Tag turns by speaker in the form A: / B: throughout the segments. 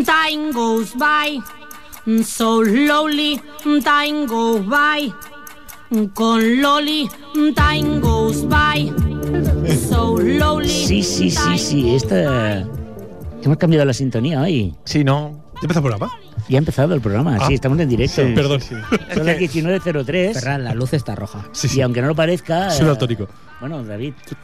A: Time goes by, so slowly, time goes by. Con Loli, time goes by, so slowly.
B: Sí, sí, sí, sí, esta... Hemos cambiado la sintonía hoy.
C: Sí, no. ¿Ya empezó el programa?
B: Ya ha empezado el programa,
C: Ah.
B: sí, estamos en directo.
C: Sí, Perdón.
B: Son las 19.03
D: Ferran, la luz está roja.
C: Sí, sí.
B: y aunque no lo parezca...
C: Soy
B: eh,
C: daltónico.
B: Bueno, David, ¿tú-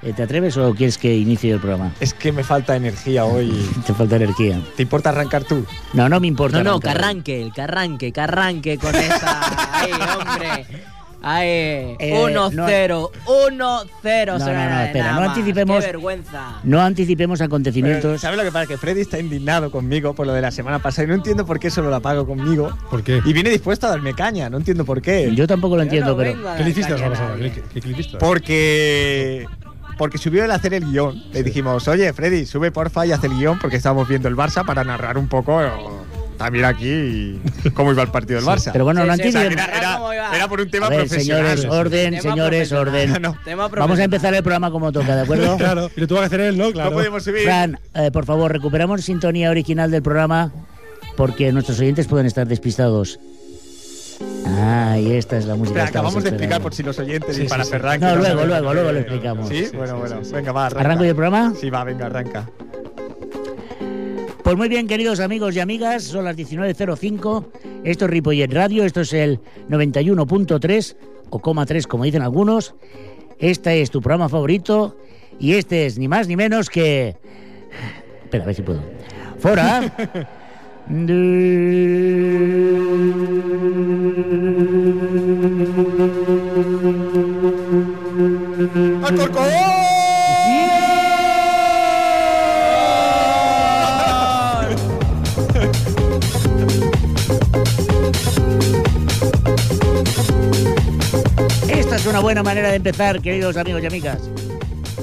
B: eh, ¿te atreves o quieres que inicie el programa?
E: Es que me falta energía hoy.
B: Te falta energía.
E: ¿Te importa arrancar tú?
B: No, no me importa.
D: No, no, que
B: arrancar.
D: arranque, el que arranque, que arranque con esa. ¡Ay, hombre! ¡Ay!
B: Eh,
D: 1-0,
B: no-
D: 1-0.
B: No,
D: Soraya
B: no, no, espera,
D: Benama.
B: no anticipemos-
D: ¡Qué vergüenza!
B: No anticipemos
E: Pero,
D: Eh,
B: acontecimientos.
E: Eh, ¿Sabes lo que pasa? Que Freddy está indignado conmigo por lo de la semana pasada y no entiendo por qué solo la pago conmigo.
C: ¿Por qué?
E: Y viene dispuesto a darme caña, no entiendo por qué.
B: Yo tampoco lo entiendo,
D: Yo no
B: pero...
D: vengo a
C: ¿Qué le
D: dar
C: hiciste la
D: caña a
C: semana pasada?
D: nadie.
C: ¿Qué, qué, qué le hiciste?
E: Porque. Porque subió el hacer el guión. Le dijimos, oye, Freddy, sube porfa y haz el guión porque estábamos viendo el Barça para narrar un poco. eh, También aquí cómo iba el partido del Barça.
B: Pero bueno,
D: Sí,
B: no
D: sí,
E: O sea, que
B: anticipemos.
E: era, era- era por un tema
B: A ver,
E: profesional.
B: señores, orden,
D: Tema
B: señores,
D: profesional.
B: orden.
E: No, no.
D: Tema
B: Vamos a
D: profesional.
B: empezar el programa como toca, ¿de acuerdo?
C: Claro, y lo tuvo que hacer él, ¿no? Claro.
E: No podemos subir.
B: Fran, eh, por favor, recuperamos sintonía original del programa porque nuestros oyentes pueden estar despistados. Ah, y esta es la música.
E: Espera,
B: que estabas
E: acabamos de explicar
B: esperando.
E: por si los oyentes
C: Sí,
E: y
C: sí,
E: para
C: sí.
E: Ferran.
B: No,
E: que
B: luego,
E: sabe-
B: luego, luego lo explicamos.
E: Sí,
C: Sí,
E: bueno,
C: sí,
E: bueno.
C: sí, sí.
E: Venga, va, arranca.
B: ¿Arranco yo el programa?
E: Sí, va, venga, arranca.
B: Pues muy bien, queridos amigos y amigas, son las 19.05. Esto es Ripollet Radio, esto es el 91.3 o coma 3, como dicen algunos. Este es tu programa favorito y este es ni más ni menos que. Espera, a ver si puedo. Fora. de- Esta es una buena manera de empezar, queridos amigos y amigas.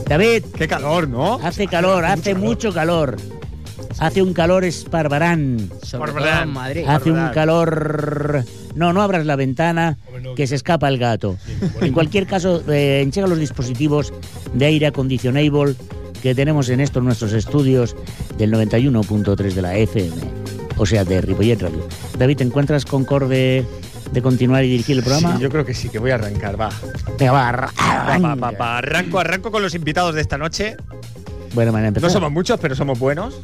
B: David,
E: Qué calor, ¿no?
B: hace calor, hace mucho calor. Hace un calor esparbarán.
D: Sobre
E: Por
D: todo
E: verdad.
D: en Madrid.
B: Hace un
E: verdad.
B: calor. No, no abras la ventana,
C: Hombre, no.
B: que se escapa el gato. En cualquier caso, eh, enchega los dispositivos de aire acondicionable que tenemos en estos nuestros estudios del 91.3 de la FM, o sea, de Ripollet Radio. David, ¿te encuentras concorde de continuar y dirigir el programa?
E: Sí, yo creo que sí, que voy a arrancar, va.
B: Venga, va, arra-
E: Va, va, va,
B: arranca.
E: va. Arranco, arranco con los invitados de esta noche.
B: Buena manera de
E: No
B: empezar.
E: somos muchos, pero somos buenos.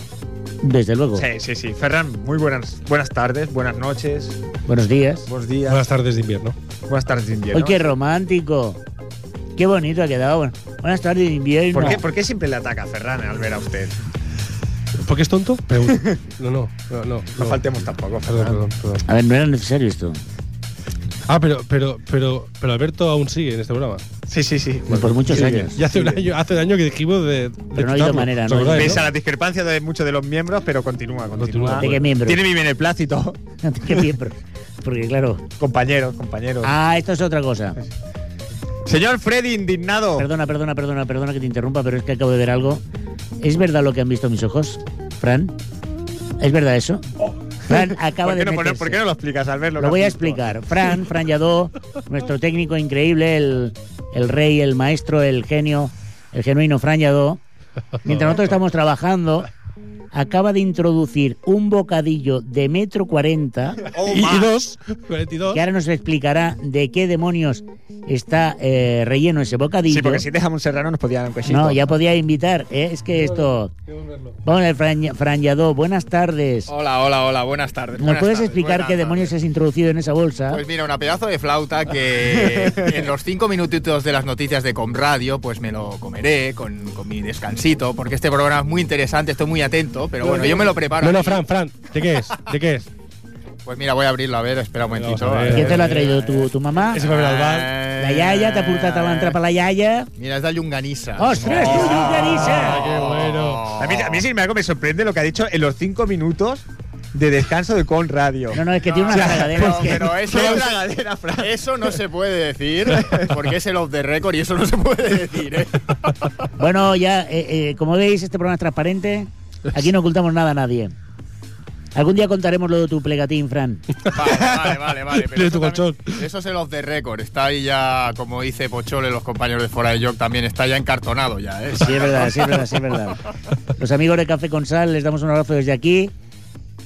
B: Desde luego.
E: Sí, sí, sí. Ferran, muy buenas, buenas tardes, buenas noches,
B: Buenos días.
E: buenos días,
C: Buenas tardes de invierno.
E: buenas tardes de invierno.
B: Hoy qué romántico. Qué bonito ha quedado. Bueno, Buenas tardes, invierno.
E: ¿Por, qué, ¿Por qué siempre le ataca Ferran al ver a usted?
C: ¿Por qué es tonto? Pregunto. No, no, no. No,
E: No faltemos tampoco,
C: Perdón,
E: Ferran.
C: perdón, perdón.
B: A ver, no era necesario esto.
C: Ah, pero, pero, pero, pero Alberto aún sigue en este programa.
E: Sí, sí, sí.
B: Por muchos
E: Sí,
B: años.
C: Y hace un
E: Sí.
C: año, hace un año que dijimos de. de
B: Pero no ha habido
C: quitarlo.
B: manera,
C: ¿Os
B: ¿no?
C: acordáis,
E: Pese a las discrepancias de muchos de los miembros, pero continúa,
C: Continúa.
E: continúa.
B: ¿De qué miembro?
E: Tiene mi beneplácito.
B: Qué bien, pero- porque claro.
E: Compañeros, compañeros.
B: Ah, esto es otra cosa.
E: Señor Freddy, indignado.
B: Perdona, perdona, perdona, perdona que te interrumpa, pero es que acabo de ver algo. ¿Es verdad lo que han visto mis ojos, Fran? ¿Es verdad eso? Fran acaba
E: Oh. ¿Por
B: de
E: qué, no, poner-
B: meterse.
E: por qué no lo explicas al verlo?
B: Lo voy a explicar. Fran, Fran Yadó, nuestro técnico increíble, el, el rey, el maestro, el genio, el genuino Fran Yadó, mientras nosotros estamos trabajando, acaba de introducir un bocadillo de metro cuarenta
E: Oh,
C: ¿no? Y, y
E: ma.
C: dos, 42.
B: que ahora nos explicará de qué demonios está eh, relleno ese bocadillo.
E: Sí, porque si dejamos serrano nos podían dar un quesito.
B: No, ya podía invitar. ¿eh? Es que esto... Vamos a ver, Fran, Fran Lladó, buenas tardes.
F: Hola, hola, hola, buenas tardes.
B: ¿Nos
F: buenas
B: puedes
F: tardes,
B: explicar
F: buenas
B: qué
F: tardes.
B: demonios has introducido en esa bolsa?
F: Pues mira, una pedazo de flauta que en los cinco minutitos de las noticias de Comradio, pues me lo comeré con, con mi descansito, porque este programa es muy interesante, estoy muy atento, pero bueno, yo me lo preparo.
C: No, no,
F: aquí.
C: Fran, Fran. ¿De qué es? ¿De qué es?
F: Pues mira, voy a abrirlo, a ver, espera un momentito.
C: Vamos a ver.
B: ¿Quién te lo ha traído? ¿Tu, tu mamá?
C: Ese papel al bar.
F: Eh,
B: La yaya, te ha aportat a l'entrada per la yaya.
F: Mira, es de Yunganisa. Oh.
B: Ostres, tu
C: Ah,
B: llonganissa!
C: qué bueno.
E: A mí, a mí sin embargo me sorprende lo que ha dicho en los cinco minutos de descanso de Con Radio.
B: No, Pues- no, es que tiene una tragadera.
F: pero,
B: es que-
F: pero eso,
E: Qué tragadera, Fran.
F: eso no se puede decir, porque es el off the record y eso no se puede decir. ¿eh?
B: Bueno, ya, eh, eh, como veis, este programa es transparente. Aquí no ocultamos nada a nadie. Algún día contaremos lo de tu plegatín, Fran.
F: Vale, vale, vale. vale pero
C: Tiene
F: eso
C: tu colchón.
F: también- eso es el off the record. Está ahí ya, como dice Pochole, los compañeros de Fora de York también, está ya encartonado ya, ¿eh?
B: Sí, es verdad, sí, es verdad, sí, es verdad. Los amigos de Café con Sal, les damos un abrazo desde aquí.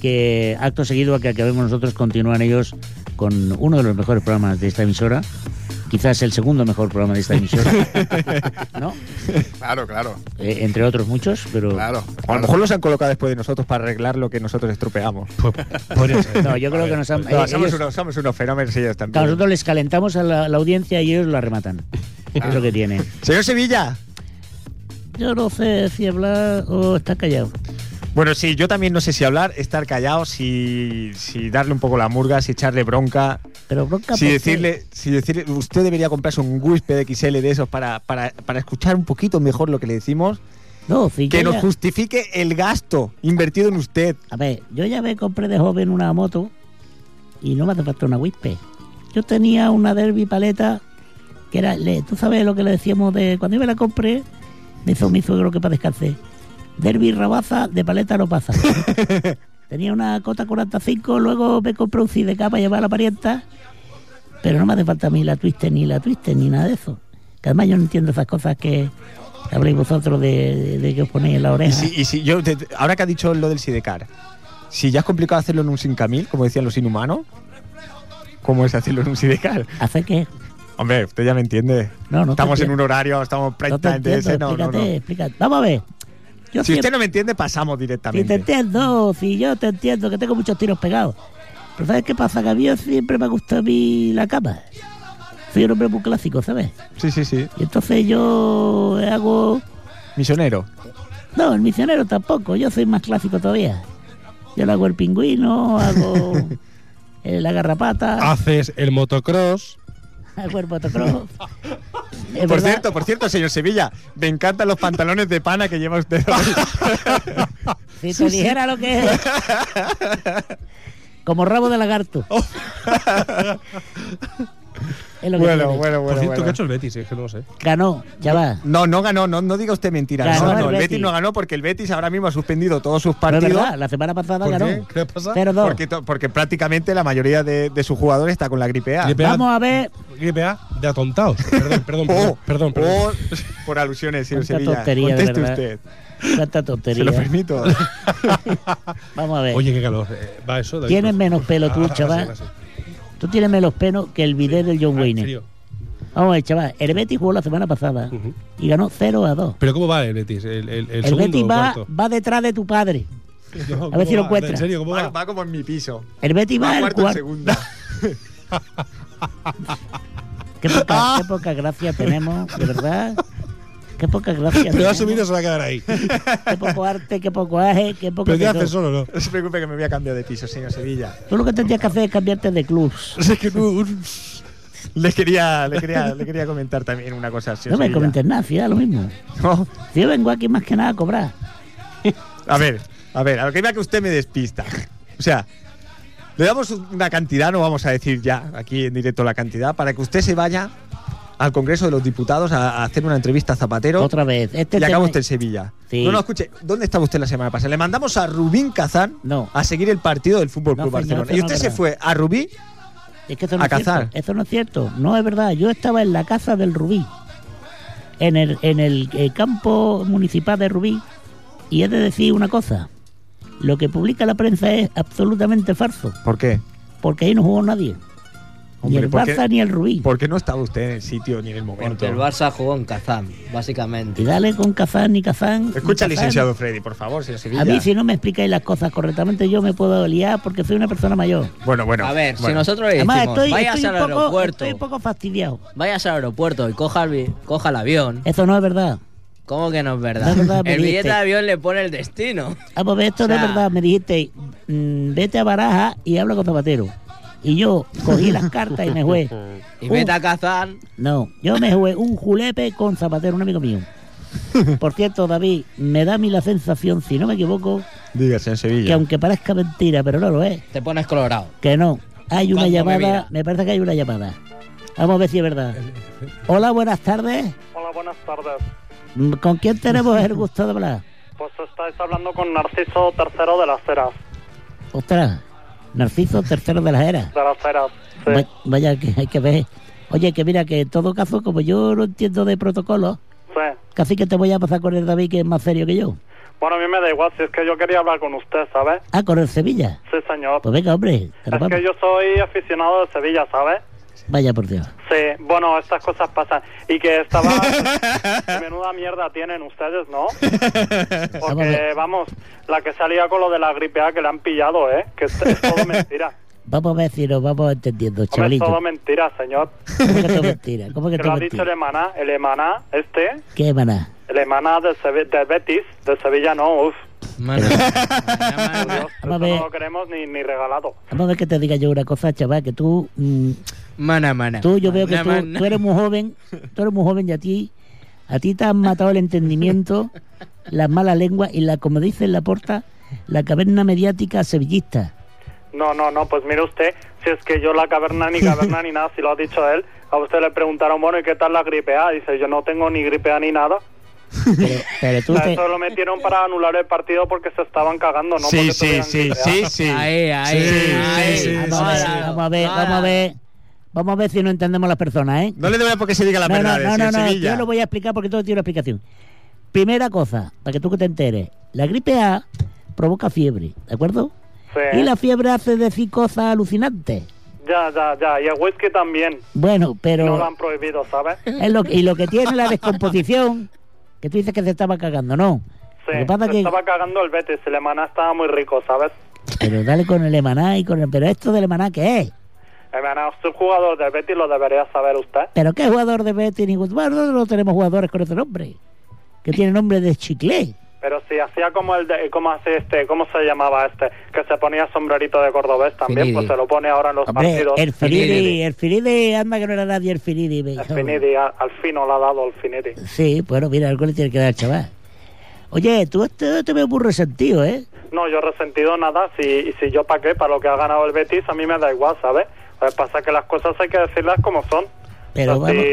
B: que acto seguido a que acabemos nosotros continúan ellos con uno de los mejores programas de esta emisora. Quizás el segundo mejor programa de esta emisora. ¿No?
F: Claro, claro,
B: Eh, entre otros muchos, pero...
F: claro.
E: O a lo mejor los han colocado después de nosotros para arreglar lo que nosotros estropeamos.
C: Pues, podría ser.
B: No, yo creo
C: A
B: que nos han...
E: No,
B: eh,
E: somos,
B: ellos-
E: unos, somos unos fenómenos ellos
B: que
E: también.
B: nosotros les calentamos a la, la audiencia y ellos la rematan. Es lo que tiene.
E: Señor Sevilla.
B: Yo no sé si hablar o estar callado.
E: Bueno, sí, yo también no sé si hablar, estar callado, si, si darle un poco la murga, si echarle bronca,
B: Pero bronca
E: si
B: ¿por qué?
E: decirle, si decirle, usted debería comprarse un Wispe de XL de esos para, para, para escuchar un poquito mejor lo que le decimos,
B: No, si
E: que
B: yo
E: nos
B: ya-
E: justifique el gasto invertido en usted.
B: A ver, yo ya me compré de joven una moto y no me hace falta una Wispe. Yo tenía una Derby paleta que era, le- tú sabes lo que le decíamos de Eh, cuando yo me la compré, me hizo mi suegro que para descansar. Derby rabaza, de paleta no pasa. tenía una Cota 45, luego me compré un Cideca para llevar a la parienta, pero no me hace falta a mí la Twister ni la Twister ni nada de eso. Que además yo no entiendo esas cosas que habléis vosotros de, de- de que os ponéis en la
E: Y
B: oreja.
E: si, y si yo, te- te- ahora que ha dicho lo del Sidecar, si ya es complicado hacerlo en un 5000, como decían los inhumanos, ¿cómo es hacerlo en un Sidecar?
B: ¿Hace qué?
E: Hombre, usted ya me entiende.
B: No, no te
E: estamos en
B: entiendo.
E: un horario,
B: No
E: estamos
B: te
E: prácticamente ese,
B: entiendo,
E: no, no,
B: explícate,
E: no.
B: explícate. Vamos a ver. Yo
E: Si usted
B: siempre-
E: no me entiende, pasamos
B: si te
E: directamente.
B: entiendo, si yo te entiendo, que tengo muchos tiros pegados. Pero ¿sabes qué pasa? Que a mí yo siempre me ha gustado a mí la cama. Soy un hombre muy clásico, ¿sabes?
E: Sí, sí, sí.
B: Y entonces yo hago...
E: Misionero.
B: No, el misionero tampoco, yo soy más clásico todavía. Yo le hago el pingüino, hago eh, la garrapata,
E: Ah.
C: Haces el motocross.
B: hago el motocross. Es
E: Por
B: verdad,
E: cierto, por cierto, señor Sevilla, me encantan los pantalones de pana que lleva usted hoy.
B: Si te dijera lo que es. Como rabo de lagarto.
E: Oh.
B: Es lo que
E: bueno,
B: tiene.
E: bueno,
C: Por
E: bueno,
C: cierto,
E: bueno.
C: ¿qué ha hecho el Betis? Es que no lo sé.
B: Ganó, chaval.
E: No, no ganó, no, no diga usted mentira.
B: Ganó
E: no,
B: el
E: no, el Betis.
B: Betis
E: no ganó porque el Betis ahora mismo ha suspendido todos sus
B: Pero es
E: partidos.
B: verdad, la semana pasada
C: ¿Por
B: ganó.
C: qué? Pues ¿Qué le pasa?
B: 0-2.
E: Porque, to- porque prácticamente la mayoría de, de sus jugadores está con la gripe A.
C: Gripe A.
B: Vamos a ver.
C: Gripe A de atontados. Perdón, perdón,
E: Oh,
C: perdón. perdón, perdón.
E: oh, por alusiones, señor
B: Cuánta
E: Sevilla.
B: tontería, de
E: Conteste
B: verdad.
E: usted.
B: Cuánta
E: Se lo
B: tontería.
E: permito.
B: Vamos a ver.
C: Oye, qué calor. Eh, va eso, David.
B: Tienes menos pelo tú,
C: Ahora sí,
B: chaval.
C: ahora sí.
B: Tú tienes menos pelo que el video del John
C: Ah, en
B: Wayne.
C: serio.
B: Vamos a ver, chaval. El Betis jugó la semana pasada
C: Ujú.
B: y ganó 0 a 2.
C: Pero ¿cómo va el Betis? El, el, el
B: El,
C: segundo
B: Betis
C: o
B: va,
C: cuarto.
B: va detrás de tu padre.
C: No,
B: a ver si lo
C: ¿cómo va?
B: encuentra.
C: ¿En serio cómo
E: Va,
C: va?
E: va como en mi piso.
B: El Betis va,
E: Va
B: al
E: cuarto en
B: cuarto.
E: segunda.
B: Qué poca,
C: Ah.
B: qué poca gracia tenemos, de verdad. Qué poca gracia
C: Pero va a
B: tenemos.
C: subir o se va a quedar ahí.
B: Qué poco arte, qué poco aje, qué poco...
C: Pero ¿qué
B: tesón.
C: haces solo, no?
E: No se preocupe que me voy a cambiar de piso, señor Sevilla.
B: Tú lo que tendrías que hacer es cambiarte de clubs.
E: Pues
C: Es que no. un-
E: Le quería, le quería, le quería comentar también una cosa, señor
B: No me
E: Sevilla.
B: comentes nada, si da lo mismo.
E: No,
B: Si yo vengo aquí más que nada a cobrar.
E: A ver, a ver, a lo que iba que usted me despista. O sea, le damos una cantidad, no vamos a decir ya aquí en directo la cantidad, para que usted se vaya al Congreso de los Diputados a, a hacer una entrevista a Zapatero
B: Otra vez. Este
E: y
B: tema-
E: acaba usted en Sevilla.
B: Sí.
E: No, no, escuche, ¿dónde estaba usted la semana pasada? Le mandamos a Rubín Kazán
B: No.
E: a seguir el partido del Fútbol
B: No,
E: Club
B: señor,
E: Barcelona.
B: eso
E: Y
B: no es
E: usted se
B: verdad.
E: fue a Rubí,
B: Es que eso no
E: a
B: es cierto.
E: cazar.
B: Eso no es cierto. No es verdad. Yo estaba en la casa del Rubí. En el, en el, eh, campo municipal de Rubí. Y he de decir una cosa. Lo que publica la prensa es absolutamente falso.
E: ¿por qué?
B: Porque ahí no jugó nadie. ni
E: Hombre,
B: el
E: ¿por qué?
B: Barça ni el Rubí.
E: ¿Por qué no estaba usted en el sitio ni en el momento?
D: Porque el Barça jugó en Kazán, básicamente.
B: Y dale con Kazán ni Kazán. ni
E: Escucha,
B: Kazán.
E: licenciado Freddy, por favor, señor Sevilla.
B: A mí si no me explicáis las cosas correctamente yo me puedo liar porque soy una persona mayor.
E: Bueno, bueno.
D: A ver, si
E: bueno.
D: nosotros le
B: Además
D: decimos,
B: estoy,
D: vayas
B: estoy
D: al
B: un poco,
D: aeropuerto,
B: estoy un poco fastidiado.
D: vayas al aeropuerto y coja el, vi- coja el avión,
B: Eso no es verdad.
D: ¿cómo que no es
B: No
D: verdad?
B: es verdad,
D: el
B: me
D: billete
B: dijiste.
D: de avión le pone el destino.
B: Vamos a ver, Ah, pues esto
D: O
B: no
D: sea-
B: es verdad. Me dijiste, mm, vete a Baraja y habla con Zapatero. Y yo cogí las cartas y me jugué.
D: Y
B: un-
D: vete a Kazán,
B: No, yo me jugué un julepe con Zapatero, un amigo mío. Por cierto, David, me da a mí la sensación, si no me equivoco,
E: Diga, señor
B: que
E: Sevilla.
B: aunque parezca mentira, pero no lo es,
D: te pones colorado.
B: Que no. Hay una
D: Cuando me
B: llamada.
D: mira.
B: Me parece que hay una llamada. Vamos a ver si es verdad. Hola, buenas tardes.
G: Hola, buenas tardes.
B: Mm, ¿Con quién tenemos el gusto de hablar?
G: Pues estáis hablando con Narciso III de las Heras.
B: Ostras, Narciso Tercero de las Heras.
G: De las Heras, sí.
B: Va- Vaya, que hay que ver. Oye, que mira, que en todo caso, como yo no entiendo de protocolo,
G: sí.
B: casi que te voy a pasar con el David, que es más serio que yo.
G: Bueno, a mí me da igual, si es que yo quería hablar con usted, ¿sabes?
B: Ah, correr Sevilla.
G: Sí, señor.
B: Pues venga, hombre.
G: Es que yo
B: pues.
G: soy aficionado de Sevilla, ¿sabes?
B: Vaya por Dios.
G: Sí, bueno, estas cosas pasan. Y que estaba... que menuda mierda tienen ustedes, ¿no? Porque, vamos, la que salía con lo de la gripe A que le han pillado, ¿eh? Que es, es todo mentira.
B: Vamos a ver si nos vamos entendiendo,
G: Hombre, es
B: chavalito.
G: todo mentira, señor.
B: ¿Cómo que todo mentira? ¿Cómo que
G: Que lo
B: todo
G: ha dicho el
B: mentira?
G: Emaná, el Emaná, este,
B: ¿Qué, maná?
G: el Emaná de, Sevi- de Betis, de Sevilla, no, uf.
D: Maná, maná,
G: Por
D: maná,
G: Dios,
B: Ah, Vamos a
G: eso
B: ver.
G: no lo queremos ni, ni regalado.
B: Vamos a ver que te diga yo una cosa, chaval, que tú... mm,
D: maná, maná.
B: Tú, yo veo que
D: Maná,
B: tú,
D: maná.
B: tú eres muy joven, tú eres muy joven y a ti, a ti te han matado el entendimiento, las malas lenguas y la, como dice la porta, la caverna mediática sevillista.
G: No, no, no, pues mire usted, si es que yo la caverna ni caverna ni nada, si lo ha dicho él, a usted le preguntaron, bueno, ¿y qué tal la gripe A? Dice, yo no tengo ni gripe A ni nada.
B: Pero, pero tú
G: O sea,
B: te,
G: eso lo metieron para anular el partido porque se estaban cagando, ¿no?
E: Sí,
G: Porque
E: sí,
G: tuvieran
E: sí,
G: gripe A.
E: sí, sí.
D: Ahí, ahí,
E: Sí,
D: ahí.
E: sí, sí,
B: vamos, a ver, vamos a ver, vamos a ver, vamos a ver si no entendemos las personas, ¿eh?
E: No le doy a porque se diga la
B: No,
E: verdad.
B: no, no,
E: señor
B: no, no,
E: Sevilla.
B: yo lo voy a explicar porque todo tiene una explicación. Primera cosa, para que tú que te enteres, la gripe A provoca fiebre, ¿de acuerdo?
G: Sí.
B: Y la fiebre hace decir cosas alucinantes.
G: Ya, ya, ya, y el whisky también,
B: Bueno, pero...
G: no lo han prohibido, ¿sabes?
B: Es lo, y lo que tiene la descomposición, que tú dices que se estaba cagando, no.
G: Sí,
B: Lo que pasa
G: se
B: que-
G: estaba cagando el Betis, el Emaná estaba muy rico, ¿sabes?
B: Pero dale con el emaná y con el... Pero esto del emaná, ¿qué es?
G: El Emaná es un jugador del Betis, lo debería saber usted.
B: ¿Pero qué jugador de Betis? Ningún... Bueno, nosotros no tenemos jugadores con ese nombre. Que tiene nombre de chicle.
G: Pero si hacía como el de, como hace este, ¿cómo se llamaba este? Que se ponía sombrerito de cordobés también,
D: Finidi.
G: pues se lo pone ahora en los
B: Hombre,
G: partidos.
B: el Firidi, el Firidi, anda que no era nadie el Firidi. me
G: El
B: dijo.
G: Finidi, al, al fin no le ha dado el Finidi.
B: Sí, bueno, mira, algo le tiene que dar al chaval. Oye, tú te, te veo muy resentido, ¿eh?
G: No, yo he resentido nada, si, y si yo para qué, para lo que ha ganado el Betis, a mí me da igual, ¿sabes? Lo que pasa es que las cosas hay que decirlas como son.
B: Pero
G: O sea,
B: vamos...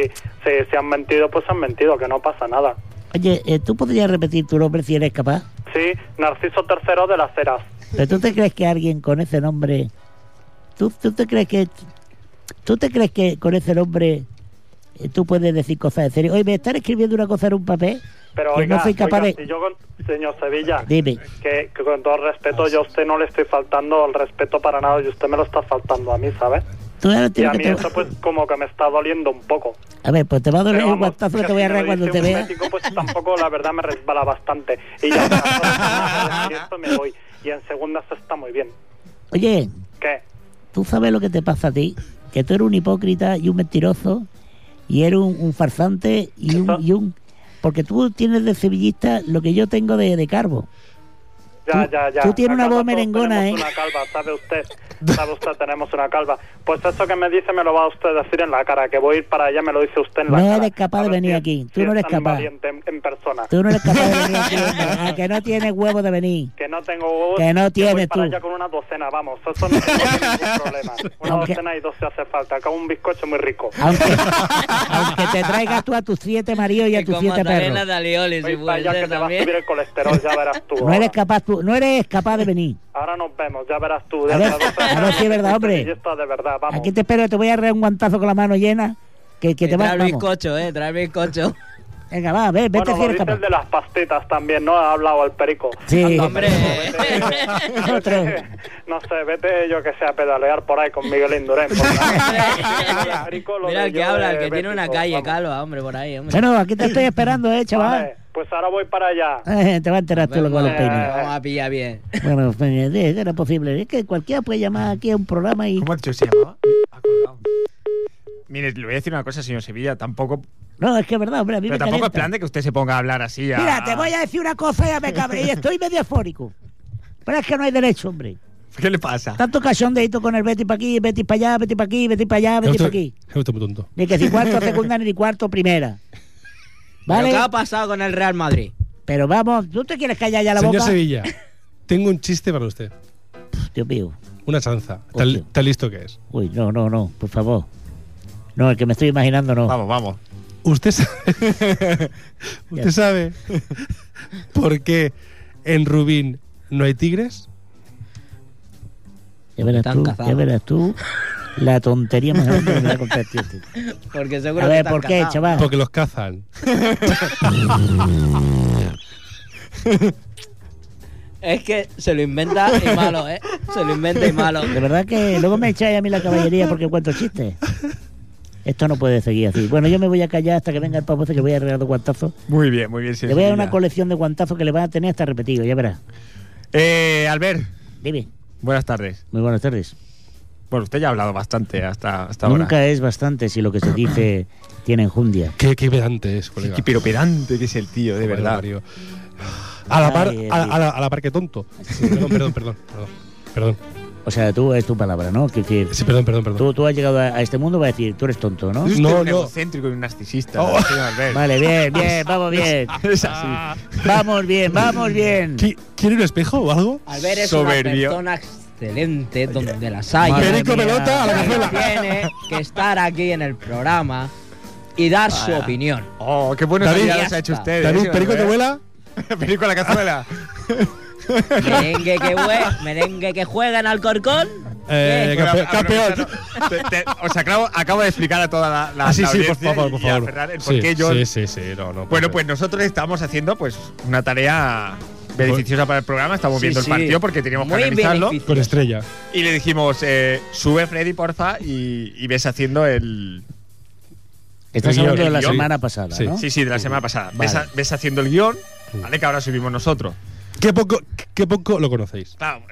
G: si, si, si han mentido, pues han mentido, que no pasa nada.
B: Oye, eh, ¿tú podrías repetir tu nombre si eres capaz?
G: Sí, Narciso III de las Heras.
B: ¿Pero tú te crees que alguien con ese nombre... ¿Tú, tú te crees que... ¿Tú te crees que con ese nombre eh, tú puedes decir cosas en serio? Oye, me están escribiendo una cosa en un papel
G: Pero
B: que
G: oiga,
B: no soy capaz
G: oiga,
B: de...
G: si yo con- señor Sevilla,
B: Dime,
G: que, que con todo respeto, yo a usted no le estoy faltando el respeto para nada y usted me lo está faltando a mí, ¿sabes?
B: tú ahora
G: Y a
B: tienes
G: mí
B: que... te-
G: eso pues como que me está doliendo un poco.
B: A ver, pues te va a doler
G: Pero
B: un
G: vamos,
B: guantazo que te voy a
G: si me
B: arreglar
G: lo
B: cuando
G: dice
B: te
G: un
B: vea.
G: médico, pues tampoco la verdad me resbala bastante. Y ya para todo, y esto me voy. Y en segundas está muy bien.
B: Oye,
G: ¿Qué?
B: tú sabes lo que te pasa a ti, que tú eres un hipócrita y un mentiroso y eres un, un farsante y un,
G: Eso.
B: y un... Porque tú tienes de sevillista lo que yo tengo de, de carbo.
G: Ya,
B: Tú-
G: ya, ya.
B: tú tienes una
G: Acá
B: voz
G: todos
B: merengona,
G: tenemos
B: ¿eh?
G: una calva, sabe usted. Sabe usted, tenemos una calva. Pues eso que me dice me lo va usted a decir en la cara, que voy a ir para allá, me lo dice usted en la
B: No
G: cara.
B: eres capaz
G: A
B: de
G: ver
B: venir
G: si-
B: aquí, tú
G: si
B: no
G: es
B: eres
G: tan
B: capaz.
G: valiente en, en persona.
B: Tú no eres capaz de venir aquí, hombre, a que no tienes huevo de venir.
G: Que no tengo huevos.
B: Que no
G: voy
B: tienes tú.
G: para allá con una docena, vamos. Eso no tengo ningún problema. Una
B: Aunque-
G: docena y dos se hace falta. Acá un bizcocho muy rico.
B: Aunque, aunque te traigas tú a tus siete maridos y a
D: Que
B: tus
D: con
B: siete
D: magdalena
B: perros.
D: de alioli, si
G: Voy para
D: puede
G: allá que
D: ser
G: te va a subir
D: también.
G: el colesterol, ya verás tú.
B: No
G: ahora.
B: eres capaz tú, no eres capaz de venir.
G: Ahora nos vemos, ya verás tú.
B: A
G: Ya
B: ver-
G: verás tú.
B: a ver si es verdad, hombre.
G: Y esto de verdad, vamos.
B: Aquí te espero, te voy a arreglar un guantazo con la mano llena. Que, que te va,
D: Trae el
B: vamos.
D: bizcocho, eh, trae el bizcocho.
B: Venga, va, ve, vete
G: bueno,
B: si
G: lo
B: eres
G: dice
B: capaz.
G: el de las pastitas también, ¿no? Ha hablado el perico.
B: Sí,
D: Hombre.
B: Otro.
G: No sé, vete yo que sea a pedalear por ahí con Miguel Indurén. por favor. Perico, lo
D: Mira
G: de
D: el
G: yo
D: que habla,
G: de
D: el que tiene una
G: Bético,
D: calle
G: vamos.
D: calva, hombre, por ahí, hombre.
B: Bueno, aquí te estoy esperando, eh, chaval.
G: Vale, pues ahora voy para allá.
B: Eh, te va a enterar tú lo que va a los
D: Vamos
B: peines.
D: a- vamos a pillar bien.
B: Bueno, pues, eh, era posible. Es que cualquiera puede llamar aquí a un programa y.
E: ¿Cómo ha dicho que se llamaba? Ha colgado. Mire, le voy a decir una cosa, señor Sevilla. Tampoco,
B: No, es que es verdad, hombre, a mí
E: pero
B: me
E: tampoco es
B: calienta.
E: plan de que usted se ponga a hablar así. A...
B: Mira, te voy a decir una cosa y ya me cabré. Y estoy medio afórico. Pero es que no hay derecho, hombre.
E: ¿Qué le pasa?
B: Tanto cachondeito con el Betis para aquí, Betis para allá, Betis para aquí, Betis para allá,
C: Es
B: Betis
C: usted,
B: para aquí.
C: es usted muy tonto.
B: Ni que si cuarto segunda, ni cuarto primera. ¿Vale?
D: ¿Pero ¿Qué ha pasado con el Real Madrid?
B: Pero vamos, ¿tú te quieres callar ya la
C: Señor
B: boca?
C: Sevilla, tengo un chiste para usted.
B: Dios mío.
C: Una chanza. Tal,
B: Hostia.
C: tal listo que es.
B: Uy, no, no, no, por favor. No, el que me estoy imaginando no.
E: Vamos, vamos.
C: Usted sabe.
B: Ya.
C: ¿Usted sabe por qué en Rubín no hay tigres?
B: Ya verás
D: Están
B: tú,
D: cazados.
B: ya verás tú. La tontería más grande que me va a contar este tío, tío.
D: Porque seguro
B: A
D: que
B: ver,
D: están
B: ¿por qué,
D: casados.
E: Ah.
B: chaval?
C: Porque los cazan.
D: Es que se lo inventa y malo, ¿eh? Se lo inventa y malo.
B: De verdad que luego me echáis a mí la caballería porque cuento chistes. Esto no puede seguir así. Bueno, yo me voy a callar hasta que venga el pavote que voy a regalar dos guantazos.
E: Muy bien, muy bien. sí,
B: le voy a dar
E: sí,
B: una
E: ya.
B: colección de guantazos que le van a tener hasta repetido, ya verás.
E: Eh, Albert,
B: Dime,
E: buenas tardes.
B: muy buenas tardes.
E: Bueno, usted ya ha hablado bastante hasta, hasta ahora.
B: Nunca es bastante si lo que se dice tiene enjundia.
C: Qué, qué pedante es, colega.
E: Qué piropedante que es el tío, de
C: Pues Joder,
E: verdad.
C: Mario. A la par,
B: Ay,
C: a,
B: el-
C: a la, a la par que tonto. Perdón, perdón, perdón, perdón. Perdón,
B: O sea, tú es tu palabra, ¿no? Quiero decir,
C: Sí, perdón, perdón, perdón.
B: tú, tú has llegado a, a este mundo va a decir, tú eres tonto, ¿no?
E: Es usted
C: No,
E: un
C: no.
E: egocéntrico y un narcisista,
C: Oh.
E: señor Albert.
B: Vale, bien, bien, vamos bien.
E: Es
C: Ah.
E: así.
B: Vamos bien, vamos bien.
C: ¿Qui- ¿Quiere un espejo o algo?
D: Albert es
E: Soberbio.
D: una persona excelente donde las haya.
C: Madre Perico mía. pelota a la
D: Pero
C: cazuela.
D: Tiene que estar aquí en el programa y dar su
E: Vaya.
D: opinión.
E: Oh, qué buenos
C: David,
E: aliados
D: ya
E: ha hecho
D: está.
E: usted.
C: David, ¿perico te vuela?
E: Perico a la cazuela.
D: Merengue que, jue- merengue que juega en Alcorcón.
C: Eh,
D: ¿Qué?
E: Bueno,
C: campe- campeón.
E: aprovechando- te- te- os acabo, acabo de explicar a toda la, la
C: Ah, sí,
E: la
C: sí, por
E: audiencia
C: favor,
E: y-
C: por
E: y a
C: favor.
E: Ferran el por
C: Sí,
E: qué yo-
C: sí, sí, sí, no, no.
E: Bueno,
C: por
E: pues nosotros estamos haciendo pues una tarea
C: Pues
E: beneficiosa para el programa. Estamos
D: Sí,
E: viendo
D: sí.
E: el partido porque teníamos
D: Muy
E: que organizarlo.
D: beneficio.
C: favor. Con estrella.
E: Y le dijimos, eh, sube Freddy, porfa, y, y ves haciendo el...
B: Estás
C: Sí,
B: hablando de
E: sí,
B: la
E: sí.
B: semana pasada,
C: Sí,
B: ¿no?
E: Sí, sí, de la semana pasada. Ves,
B: Vale.
E: a- ves haciendo el guión, ¿vale? Que ahora subimos nosotros.
C: Qué poco, qué poco lo conocéis.
E: Claro,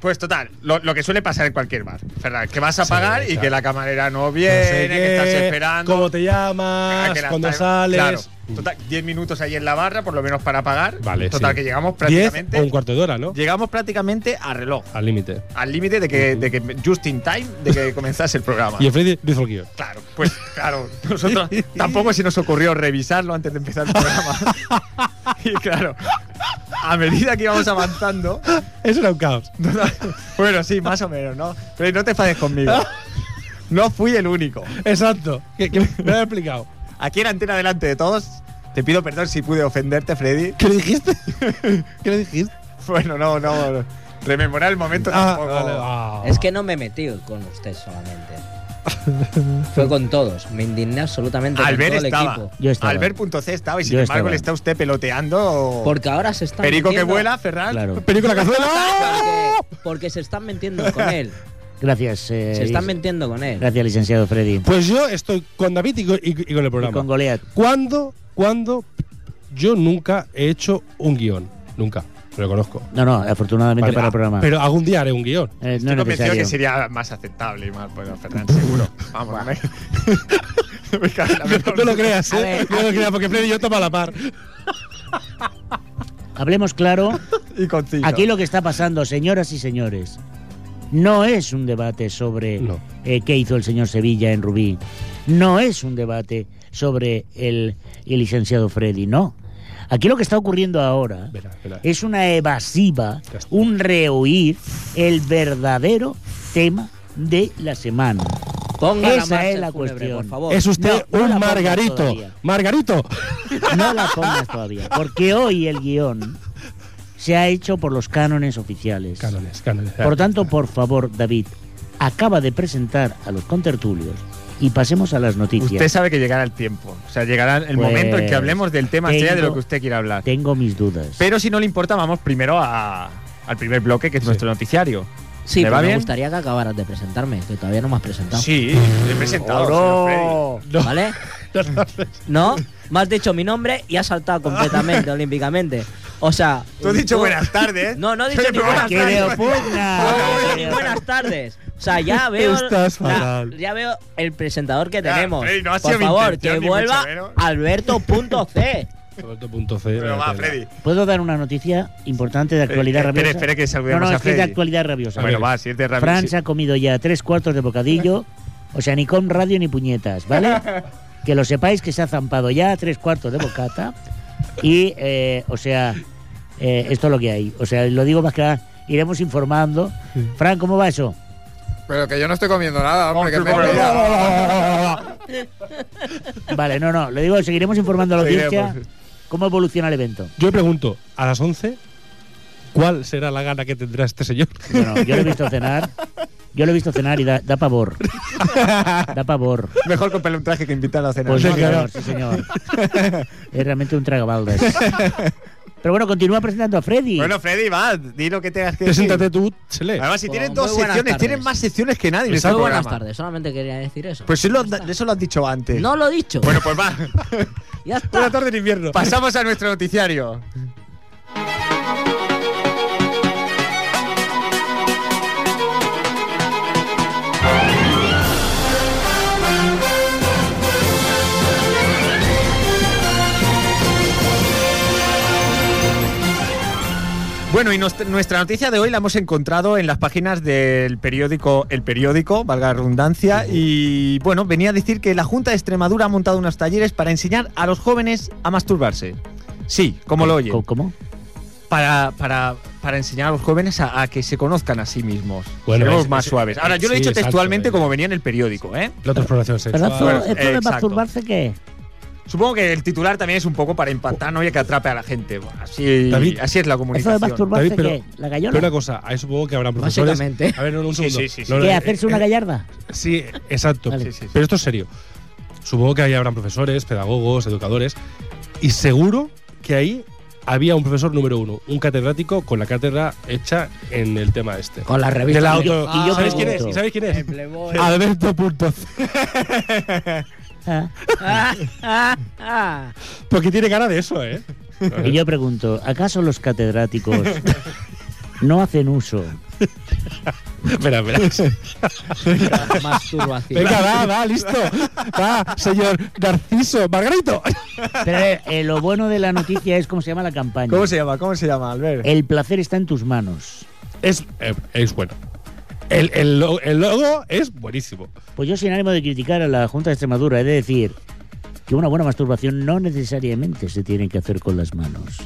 E: Pues total, lo, lo que suele pasar en cualquier bar, Ferran, que vas a
C: Sí,
E: pagar y
C: claro.
E: que la camarera no viene,
C: No sé
E: que estás
C: qué,
E: esperando.
C: ¿Cómo te llamas?
E: Ah, que la
C: ¿Cuándo
E: time-
C: sales? Mm.
E: Claro. Total, 10 minutos ahí en la barra, por lo menos para pagar.
C: Vale,
E: Total,
C: sí.
E: que llegamos
C: 10
E: prácticamente.
C: Mm. o un cuarto de hora, ¿no?
E: Llegamos prácticamente a reloj.
C: Al límite.
E: Al límite de que, de que just in time de que comenzase el programa.
C: Y el Freddy hizo el guión.
E: Claro, pues claro, nosotros tampoco se nos ocurrió revisarlo antes de empezar el programa. y claro, a medida que íbamos avanzando,
C: Eso era un caos.
E: bueno, sí, más o menos, ¿no? Pero no te enfades conmigo. No fui el único.
C: Exacto. Que, que me lo he explicado.
E: Aquí en antena delante de todos, te pido perdón si pude ofenderte, Freddy.
C: ¿Qué le dijiste? ¿Qué le dijiste?
E: Bueno, no, no. Rememorar el momento
C: Ah,
E: tampoco.
C: vale, ah.
D: Es que no me he metido con usted solamente. Fue con todos. Me indigné absolutamente
E: Albert
D: con todo el
E: estaba.
D: equipo.
B: Yo estaba.
E: Albert.c estaba y sin
B: Yo
E: embargo
B: estaba.
E: le está usted peloteando.
D: Porque ahora se está
E: Perico que
D: metiendo-
E: vuela, ¡Ah! Ferran.
B: Claro.
C: Película cazuela.
D: Porque, porque se están mintiendo con él.
B: Gracias. eh,
D: Se están
B: lic-
D: mintiendo con él.
B: Gracias, licenciado Freddy.
C: Pues yo estoy con David y con, y- y con el
B: Y
C: programa.
B: con Goliat.
C: ¿Cuándo, cuándo yo nunca he hecho un guión? Nunca. Lo reconozco.
B: No, no, afortunadamente
C: Vale,
B: para
C: ah,
B: el programa.
C: Pero algún día haré un guión.
B: Eh, no
E: Estoy
B: es
E: convencido que
B: necesario.
E: sería más aceptable y más bueno, Ferran, seguro. Vamos, me... me cabe la menor
C: No lo
E: duda.
C: creas, ¿eh? No lo creas, porque Freddy y yo toma la par.
B: Hablemos claro.
E: Y conciso.
B: Aquí lo que está pasando, señoras y señores, no es un debate sobre
C: No.
B: eh, qué hizo el señor Sevilla en Rubí. No es un debate sobre el, el licenciado Freddy, no. Aquí lo que está ocurriendo ahora
C: Verá, verá.
B: es una evasiva,
C: Ya está.
B: un rehuir el verdadero tema de la semana.
D: Ponga
B: Esa
D: la marcha
B: es la
D: fúnebre,
B: cuestión.
D: por favor.
C: Es usted
B: No, no la
C: un
B: pongas
C: margarito.
B: todavía.
C: Margarito.
B: No la pongas todavía, porque hoy el guión se ha hecho por los cánones oficiales.
C: Cánones, cánones.
B: Por tanto, por favor, David, acaba de presentar a los contertulios y pasemos a las noticias.
E: Usted sabe que llegará el tiempo. O sea, llegará el
B: Pues,
E: momento en que hablemos del tema, sea de
B: tengo-
E: lo que usted quiera hablar.
B: Tengo mis dudas.
E: Pero si no le importa, vamos primero a- al primer bloque, que es
C: Sí.
E: nuestro noticiario.
D: Sí,
E: ¿Le
D: pero
E: va
D: me
E: bien?
D: gustaría que acabaras de presentarme, que todavía no me has presentado.
E: Sí, le he presentado. Oh, señor
D: ¿Vale? no, me has dicho mi nombre y has saltado completamente, olímpicamente. O sea.
E: Freddy. Tú has dicho
D: tú-
E: buenas tardes.
D: No, no he dicho
E: Yo le
D: ni
E: pregunto,
D: buenas
B: ¡Aquí le opugna!
D: No, ni buenas tardes. O sea, ya veo.
C: Estás
D: ya-
C: fatal.
D: Ya, veo el presentador que
E: Ya,
D: tenemos.
E: Freddy, no ha
D: Por
E: sido mi
D: favor,
E: intención,
D: que
E: ni mucho
D: vuelva
E: menos.
D: Alberto.c.
C: Roberto.c.
E: Pero va, Freddy.
D: Pues
B: ¿Puedo dar una noticia importante de actualidad
E: Eh, espere,
B: rabiosa?
E: espere que saludemos
B: No, no,
E: a
B: es que es de
E: Freddy.
B: actualidad rabiosa.
E: Bueno, va, si es de rabia,
B: Fran
E: sí.
B: se ha comido ya tres cuartos de bocadillo, o sea, ni con radio ni puñetas, ¿vale? que lo sepáis que se ha zampado ya tres cuartos de bocata y, eh, o sea, eh, esto es lo que hay. O sea, lo digo más que nada, iremos informando. Fran, ¿cómo va eso?
F: Pero que yo no estoy comiendo nada, hombre, que me
B: Vale, no, no, lo digo, seguiremos informando a la audiencia
E: Seguiremos.
B: cómo evoluciona el evento.
C: Yo pregunto, a las 11, ¿cuál será la gana que tendrá este señor?
B: Bueno, yo lo he visto cenar, yo lo he visto cenar y da, da pavor. Da pavor.
E: Mejor comprar un traje que invitarlo a cenar.
B: Pues
E: ¿no?
B: sí,
C: claro.
B: señor, sí, señor. Es realmente un tragabaldas. Pero bueno, continúa presentando a Freddy.
E: Bueno, Freddy, va, di lo que tengas que decir.
C: Preséntate tú, Chele.
E: Además, si
D: Pues
E: tienes
D: muy
E: dos
D: buenas
E: secciones,
D: tardes.
E: tienes más secciones que nadie. en
D: Muy
E: este
D: buenas
E: programa.
D: tardes, solamente quería decir eso.
E: Pues sí lo- eso lo has dicho antes.
D: no lo he dicho.
E: Bueno, pues va.
D: ya está.
C: Buena tarde en invierno.
E: Pasamos a nuestro noticiario. Bueno, y nos- nuestra noticia de hoy la hemos encontrado en las páginas del periódico El Periódico, valga la redundancia, y bueno, venía a decir que la Junta de Extremadura ha montado unos talleres para enseñar a los jóvenes a masturbarse. Sí, como
D: Eh,
E: lo oye.
B: ¿Cómo? cómo?
E: Para, para, para enseñar a los jóvenes a, a que se conozcan a sí mismos.
C: Bueno,
E: Seremos
C: es-
E: más
C: es-
E: suaves. Ahora, yo lo he
C: sí,
E: dicho
C: exacto,
E: textualmente
C: eh.
E: como venía en el periódico, ¿eh?
C: La otra exploración
B: ¿Pero
C: sexual.
B: esto,
E: Bueno,
B: esto de
E: exacto.
B: masturbarse qué?
E: Supongo que el titular también es un poco para impactar, no y que atrape a la gente. Bueno, así,
C: David.
E: así es la
B: ¿Eso de
E: comunicación.
B: masturbarse
C: David, pero-
B: qué? ¿La
C: Pero una
B: gallona?
C: cosa, ahí supongo que habrán profesores.
D: Básicamente.
C: A ver, no, no, un
E: Sí,
C: segundo.
E: sí, sí, sí.
C: No, no,
B: ¿Qué?
C: eh,
B: ¿Hacerse una
C: eh,
B: gallarda?
C: Sí, exacto.
B: Vale.
E: Sí, sí, sí.
C: Pero esto es serio. Supongo que ahí habrán profesores, pedagogos, educadores. Y seguro que ahí había un profesor número uno, un catedrático con la cátedra hecha en el tema este.
D: Con la
C: De
D: revista.
C: la
B: Y yo-
C: auto-
B: y yo
C: ¿Sabéis quién
B: pregunto.
C: es? ¿Y sabéis quién es?
D: Playboy.
C: Alberto Puntos.
B: Ah.
D: Ah, ah, ah.
C: Porque tiene cara de eso, ¿eh?
B: Y yo pregunto, ¿acaso los catedráticos no hacen uso?
C: Espera, espera.
D: La Masturbación.
C: Venga, va, va, listo. Va, señor Narciso, Margarito.
B: Pero eh, eh, lo bueno de la noticia es cómo se llama la campaña.
E: ¿Cómo se llama? ¿Cómo se llama, Albert?
B: El placer está en tus manos.
C: Es, eh, es bueno. El, el lo- el logo es buenísimo.
B: Pues yo sin ánimo de criticar a la Junta de Extremadura he de decir que una buena masturbación no necesariamente se tiene que hacer con las manos.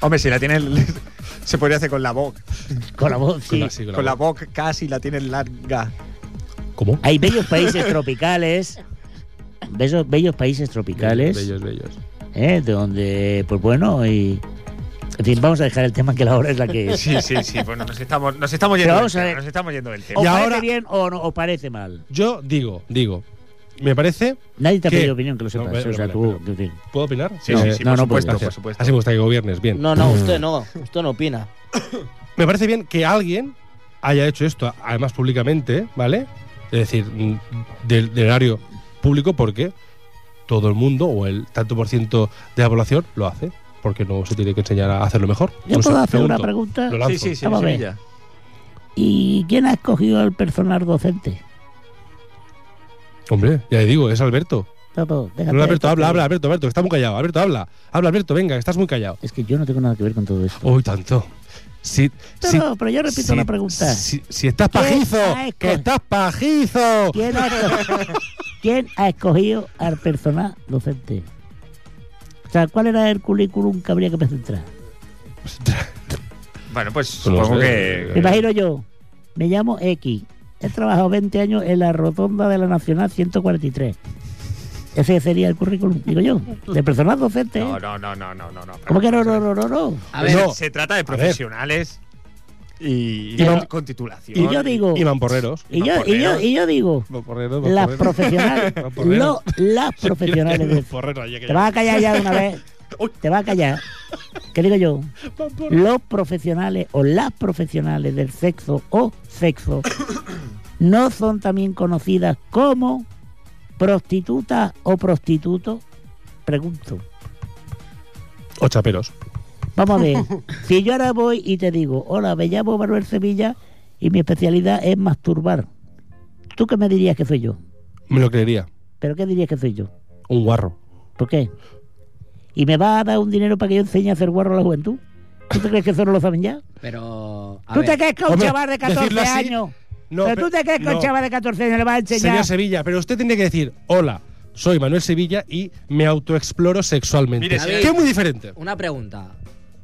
E: Hombre, si la tiene. el- Se podría hacer con la boca.
B: Con la voz, sí.
C: sí,
E: Con la boca casi la tiene larga.
C: ¿Cómo?
B: Hay bellos países tropicales. Bellos, bellos países tropicales.
C: Bellos, bellos.
B: ¿eh? Donde, pues bueno, y... En fin, vamos a dejar el tema que la hora es la que es.
E: Sí, sí, sí. Bueno, nos estamos, nos estamos
B: Pero
E: yendo del
B: vamos a
E: tema.
B: ver.
E: Nos estamos yendo del tema.
B: O
C: Y
B: parece
C: ahora-
B: bien o, no- o parece mal.
C: Yo digo, digo. Me parece.
B: Nadie te ha
C: ¿Qué?
B: pedido opinión, que lo
C: No,
B: sepas.
C: bueno,
B: o sea,
C: bueno,
B: tú...
C: bueno.
B: en fin.
C: ¿Puedo opinar?
E: Sí,
B: No,
E: sí, sí,
B: no,
E: por,
B: no,
E: supuesto,
C: Gracias.
E: por supuesto.
C: Así me gusta que gobiernes bien.
D: No, no, usted no. Usted no opina.
C: Me parece bien que alguien haya hecho esto, además públicamente, ¿vale? Es decir, mm, del, del erario público, porque todo el mundo o el tanto por ciento de la población lo hace. Porque no se tiene que enseñar a hacerlo mejor.
B: Yo
C: No sé,
B: puedo hacer una
C: Pues pregunto.
B: pregunta.
C: Lo lanzo.
E: Sí, sí, sí,
B: Vamos a ver.
E: Sevilla.
B: ¿Y quién ha escogido al personal docente?
C: Hombre, ya le digo, es Alberto.
B: Papo, déjate
C: No,
B: de
C: Alberto, habla,
B: tonterías.
C: habla, Alberto, Alberto, que está muy callado. Alberto, habla. Habla, Alberto, venga, que estás muy callado.
B: Es que yo no tengo nada que ver con todo esto.
C: Uy, tanto. Si, si-
B: Pero, pero yo repito
C: si-
B: la pregunta.
C: Si, si estás
B: ¿Quién
C: pajizo,
B: ha esco-
C: que estás pajizo.
B: ¿Quién ha, escogido, quién ha escogido al personal docente? O sea, ¿cuál era el currículum que habría que presentar?
E: Bueno, pues
C: Pues no
B: Me
C: sé.
E: supongo que.
C: Eh.
B: imagino yo, me llamo X, he trabajado 20 años en la rotonda de la Nacional 143. Ese sería el currículum, digo yo, de personal docente. ¿eh?
E: No, no, no, no, no, no. no
B: ¿Cómo que no, no, no, no, no?
D: A ver,
C: No.
E: Se trata de
C: ver.
E: profesionales y,
B: Y
E: y
B: no-
E: con titulación.
B: Y yo digo,
C: Y mamporreros.
B: y yo, y yo, y yo digo,
C: Mamporreros,
B: las
C: mamporreros.
B: profesionales,
C: Mamporreros.
B: lo- las profesionales de
C: Mamporreros, ya que
B: Te vas a callar ya de una vez. Te vas a callar. ¿Qué digo yo?
C: Mamporreros.
B: Los profesionales o las profesionales del sexo o sexo no son también conocidas como prostitutas o prostituto. Pregunto.
C: O chaperos.
B: Vamos a ver. Si yo ahora voy y te digo, hola, me llamo Manuel Sevilla y mi especialidad es masturbar. ¿Tú qué me dirías que soy yo?
C: Me lo creería.
B: ¿Pero qué dirías que soy yo?
C: Un guarro.
B: ¿Por qué? ¿Y me va a dar un dinero para que yo enseñe a hacer guarro a la juventud? ¿Tú te crees que eso no lo saben ya?
D: pero. A
B: ¿Tú
D: ver,
B: te crees que a un
C: Hombre,
B: chaval de 14
C: decirlo así-
B: años?
C: No,
B: ¿Pero tú
C: pero-
B: te crees que a un
C: no.
B: chaval de 14 años le va a enseñar?
C: Señor Sevilla, pero usted tiene que decir, hola, soy Manuel Sevilla y me autoexploro sexualmente.
E: Mire,
C: que
D: señor-
C: es muy diferente.
D: Una pregunta.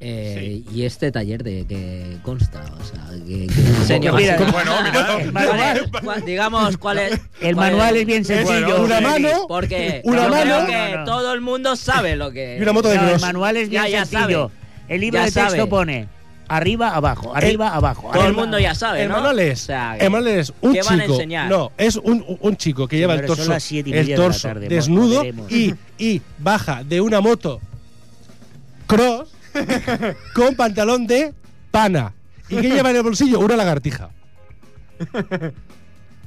D: Eh, ¿Y este taller de qué consta? O sea, ¿qué, qué diseño?
B: mira,
E: bueno, mira.
B: el
D: ¿Cuál es-
B: manual,
D: cuál- digamos, ¿cuál es?
B: el
D: cuál
B: manual es bien sencillo.
E: Bueno,
C: una mano
D: Porque
C: Una
D: yo
C: mano.
D: creo que
B: No, no.
D: todo el mundo sabe lo que.
C: y una moto de
B: No, el
C: cross.
B: manual es bien
D: Ya, ya
B: sencillo.
D: sabe.
B: El libro
D: Ya
B: de texto
D: sabe.
B: pone arriba, abajo, arriba, abajo.
D: Todo el
B: arriba,
D: mundo ya sabe.
C: El
D: ¿no?
C: manual
D: O
C: es,
D: sea, que-
C: el manual es un
D: ¿qué
C: chico.
D: van a enseñar?
C: No, es un, un- un chico que lleva el
B: Señores, son
C: torso,
B: las siete y media
C: el
B: de la
C: torso
B: tarde,
C: desnudo
B: volveremos.
C: y, y baja de una moto cross con pantalón de pana. ¿Y qué lleva en el bolsillo? Una lagartija.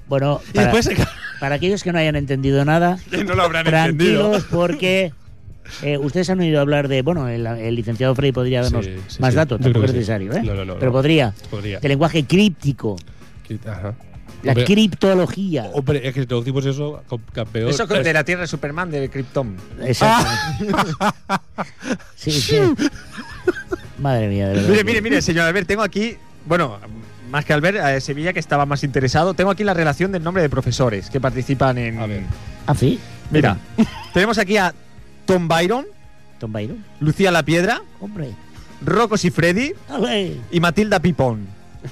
B: Bueno,
C: Y
B: para,
C: después se-
B: para aquellos que no hayan entendido nada,
E: No lo habrán entendido.
B: tranquilos porque eh, ustedes han oído hablar de, bueno, el, el licenciado Frey podría darnos
C: Sí, sí,
B: más
C: sí.
B: datos,
C: Yo
B: tampoco
C: creo
B: es
C: que sí.
B: necesario, ¿eh?
C: No, no, no,
B: Pero
C: no.
B: podría.
C: Podría.
B: De lenguaje críptico,
C: Ajá.
B: la
C: Hombre, Oh.
B: criptología.
C: Hombre, es que traducimos eso co- campeón.
E: Eso con-
C: Es-
E: de la Tierra de Superman de Krypton.
B: Exactamente. Sí, sí. Madre mía, de verdad.
E: Mire, mire, mire, señor Albert, tengo aquí, bueno, más que Albert, a Sevilla que estaba más interesado, tengo aquí la relación del nombre de profesores que participan en.
C: A ver.
B: Ah, sí,
E: Mira, tenemos aquí a Tom Byron,
B: Tom Byron.
E: Lucía La Piedra,
B: Hombre.
E: Rocos y Freddy
B: Ale.
E: y Matilda Pipón.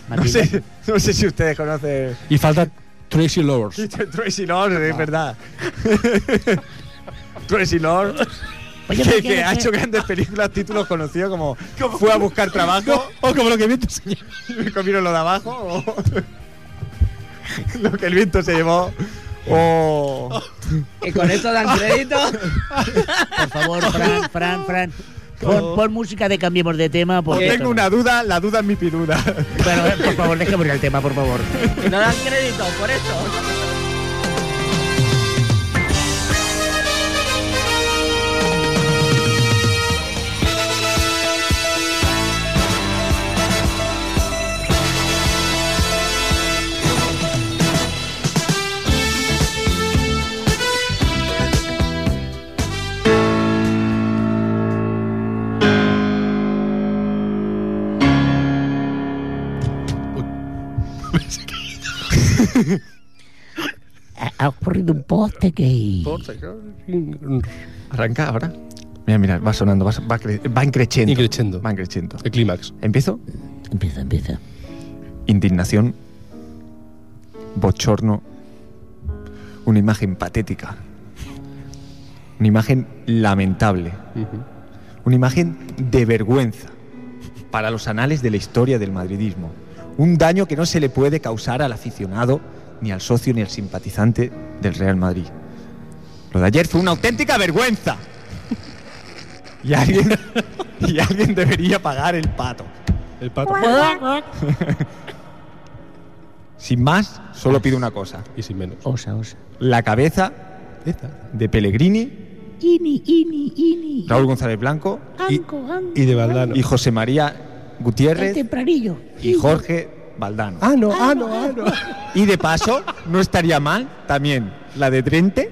E: No
B: Matilda.
E: sé, no sé si ustedes conocen
C: Y falta Tracy Lords.
E: Mr. Tracy Lord, es verdad. Tracy Lord,
B: Oye,
E: que,
B: ¿por qué
E: que
B: no
E: ha
B: sé?
E: hecho grandes películas, títulos conocidos como Fue a buscar trabajo.
C: O oh, como lo que viento se lleva.
E: y me comieron lo de abajo o lo que el viento se llevó o
D: Y con esto dan crédito.
B: Por favor, Fran, Fran, Fran.
C: Oh.
B: Pon, pon música de cambiemos de tema.
E: o
B: Porque esto
E: tengo
B: no.
E: una duda, la duda es mi piduda.
B: Bueno, eh, por favor, déjame ir al tema, por favor.
D: No dan crédito, por eso.
B: Ha, ha ocurrido un poste que.
E: Arranca ahora. Mira, mira, va sonando, va, va, cre- va increchendo.
C: Increchendo.
E: Va increchendo.
C: El clímax.
E: Empiezo.
B: Empieza, empieza.
E: Indignación. Bochorno. Una imagen patética. Una imagen lamentable. Una imagen de vergüenza para los anales de la historia del madridismo. Un daño que no se le puede causar al aficionado, ni al socio, ni al simpatizante del Real Madrid. Lo de ayer fue una auténtica vergüenza. Y alguien, y alguien debería pagar el pato.
C: El pato.
E: Sin más, solo pido una cosa.
C: Y sin menos. Oh,
B: Osa, osa.
E: La cabeza de Pellegrini,
B: Ini, ini, ini.
E: Raúl González Blanco
A: Ah,
E: y,
B: Anco, anco.
C: Y de Valdano.
E: y José María
B: El
E: Gutiérrez
B: tempranillo.
E: y Jorge Valdano.
C: Ah, no, ah, no, ah, no.
E: Y de paso, no estaría mal también la de Trente,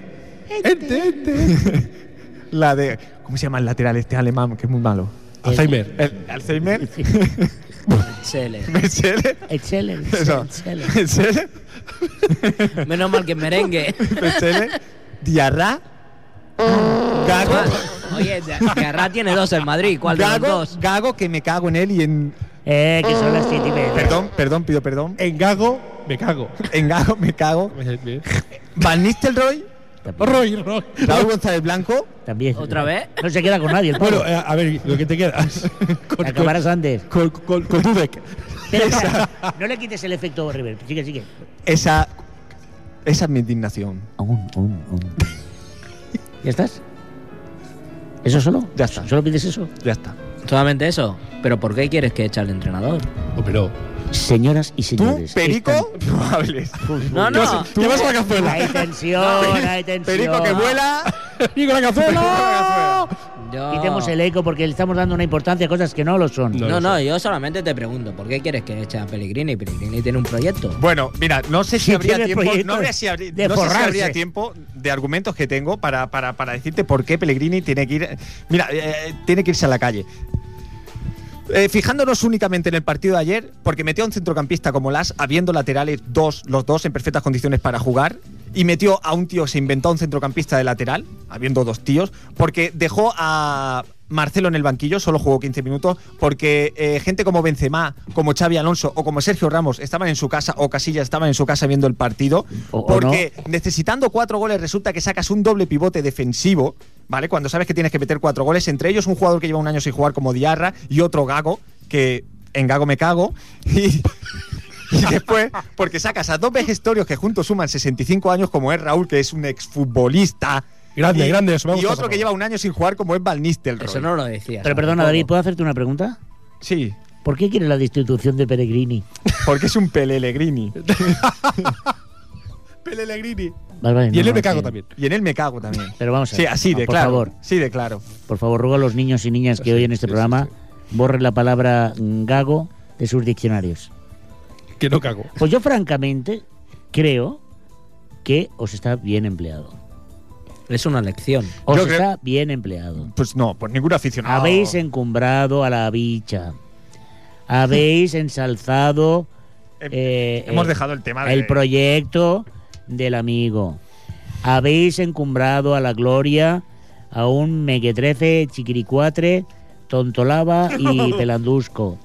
C: Ente, ente.
E: la de. ¿Cómo se llama el lateral este alemán? Que es muy malo.
C: Alzheimer.
E: El Alzheimer,
D: Sele.
E: Mercedes.
B: Excelente.
E: Eso.
B: excelente.
E: Mercedes,
D: Menos mal que es merengue.
E: Mercedes, Diarra, Gago,
D: Ah, Oye, Garra tiene dos en Madrid. ¿Cuál de los
E: Gago,
D: dos?
E: Gago, que me cago en él y en.
B: Eh, que son las siete y media.
E: Perdón, perdón, pido perdón.
C: En gago, me cago.
E: En Gago me cago. Van Nistelrooy,
B: También.
C: Roy, Roy.
E: Raúl González Blanco,
B: También.
D: ¿Otra vez?
B: No se queda con nadie. El
C: Bueno,
B: bueno,
C: eh, a ver, lo que te quedas. Con,
B: acabarás antes.
C: con, con, con Dudek.
B: Espera, espera. no le quites el efecto River. Sigue, sigue.
E: esa. Esa es mi indignación.
B: Aún, aún, aún. ¿Ya estás? ¿Eso solo?
E: Ya está.
B: ¿Solo pides eso?
E: Ya está.
D: Solamente eso. ¿Pero por qué quieres que eche al entrenador?
C: Oh, pero.
B: Señoras y
E: Tú,
B: señores.
E: Perico, no hables.
D: No, no.
E: ¿Qué vas a la
B: están-
E: cazuela?
B: Hay tensión, hay tensión.
E: Perico que vuela.
C: ¡Y con la cazuela!
D: Yo...
B: Quitemos el eco porque le estamos dando una importancia a cosas que no lo son.
C: No.
D: No, no, yo solamente te pregunto, ¿por qué quieres que eche a Pellegrini? Pellegrini tiene un proyecto.
E: Bueno, mira, no sé si
B: Sí,
E: habría
B: tiene
E: tiempo,
B: proyectos
E: no, habría, si habrí-
B: de
E: no sé si
B: forrarse.
E: habría tiempo de argumentos que tengo para, para, para decirte por qué Pellegrini tiene que ir, mira, eh, tiene que irse a la calle. Eh, fijándonos únicamente en el partido de ayer, porque metió a un centrocampista como Las, habiendo laterales dos, los dos en perfectas condiciones para jugar, y metió a un tío, se inventó a un centrocampista de lateral, habiendo dos tíos, porque dejó a Marcelo en el banquillo, solo jugó 15 minutos, porque eh, gente como Benzema, como Xavi Alonso o como Sergio Ramos estaban en su casa, o Casillas estaban en su casa viendo el partido,
B: O- o
E: porque necesitando cuatro goles resulta que sacas un doble pivote defensivo, ¿vale? Cuando sabes que tienes que meter cuatro goles, entre ellos un jugador que lleva un año sin jugar como Diarra y otro Gago, que en Gago me cago, y, y después porque sacas a dos vejestorios que juntos suman 65 años como es Raúl, que es un exfutbolista
C: Grande,
E: y,
C: grande, eso me
E: y
C: gusta
E: otro
C: esa
E: que lleva un año sin jugar como es Van Nistelrooy.
D: Eso no lo decías.
B: Pero perdona,
D: tampoco.
B: David, ¿puedo hacerte una pregunta?
E: Sí,
B: ¿Por qué quiere la destitución de Peregrini?
E: porque es un pelelegrini.
C: Pellegrini.
B: Vale, vale,
C: Y
B: no,
C: él
B: no,
C: me cago
B: sí.
C: también.
E: Y en él me cago también.
B: Pero vamos a
E: Sí,
B: ver,
E: así
B: ah,
E: de
B: por
E: claro.
B: favor.
E: Sí, de claro.
B: Por favor, ruego a los niños y niñas que oyen este
C: sí,
B: programa, borren la palabra mm, gago de sus diccionarios.
C: Que no cago.
B: Pues yo, francamente, creo que os está bien empleado.
D: Es una lección.
B: Os
E: Yo creo-
B: está bien empleado.
E: Pues no, por ningún aficionado.
B: Habéis encumbrado a la bicha. Habéis ensalzado
E: Hem-
B: eh,
E: Hemos
B: eh,
E: dejado el tema de...
B: el proyecto del amigo. Habéis encumbrado a la gloria a un mequetrefe, chiquiricuatre, tontolaba y pelandusco.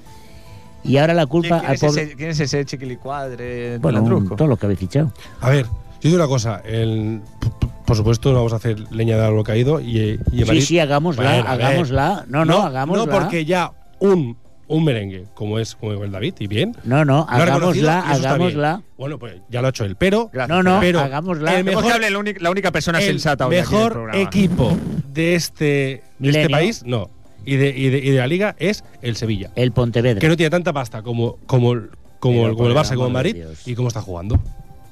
B: Y ahora la
E: ¿Quién,
B: culpa
E: quién
B: al
E: es
B: pobre...
E: ese, ¿Quién es ese chiquilicuadre?
B: Bueno, un-
E: Pelandrusco?
B: todos los que habéis fichado.
C: A ver, yo digo una cosa. El, p- p- por supuesto, no vamos a hacer leña de lo caído. Y, eh, y
B: Sí,
C: Evarit-
B: sí, hagámosla,
C: Bueno, a ver.
B: hagámosla. No, no, hagámosla.
C: No, porque ya un, un merengue, como es como el David, y bien.
B: No, no,
C: lo ha reconocido
B: hagámosla,
C: y eso está bien.
B: hagámosla.
C: Bueno, pues ya lo ha hecho él, pero
E: Gracias.
B: No, no,
C: Pero
B: hagámosla.
C: el mejor-
E: Mejor que hable Eh, la, única, la única persona
C: el
E: sensata hoy aquí en el
C: mejor
E: programa.
C: equipo de este, de este
B: Milenio.
C: país, no, y de, y, de, y de la liga es el Sevilla,
B: El Pontevedra.
C: que no tiene tanta pasta como, como, el- como,
B: Pero
C: el, como el
B: por el
C: Barça,
B: amor
C: como el
B: de
C: Madrid,
B: Dios.
C: y cómo está jugando.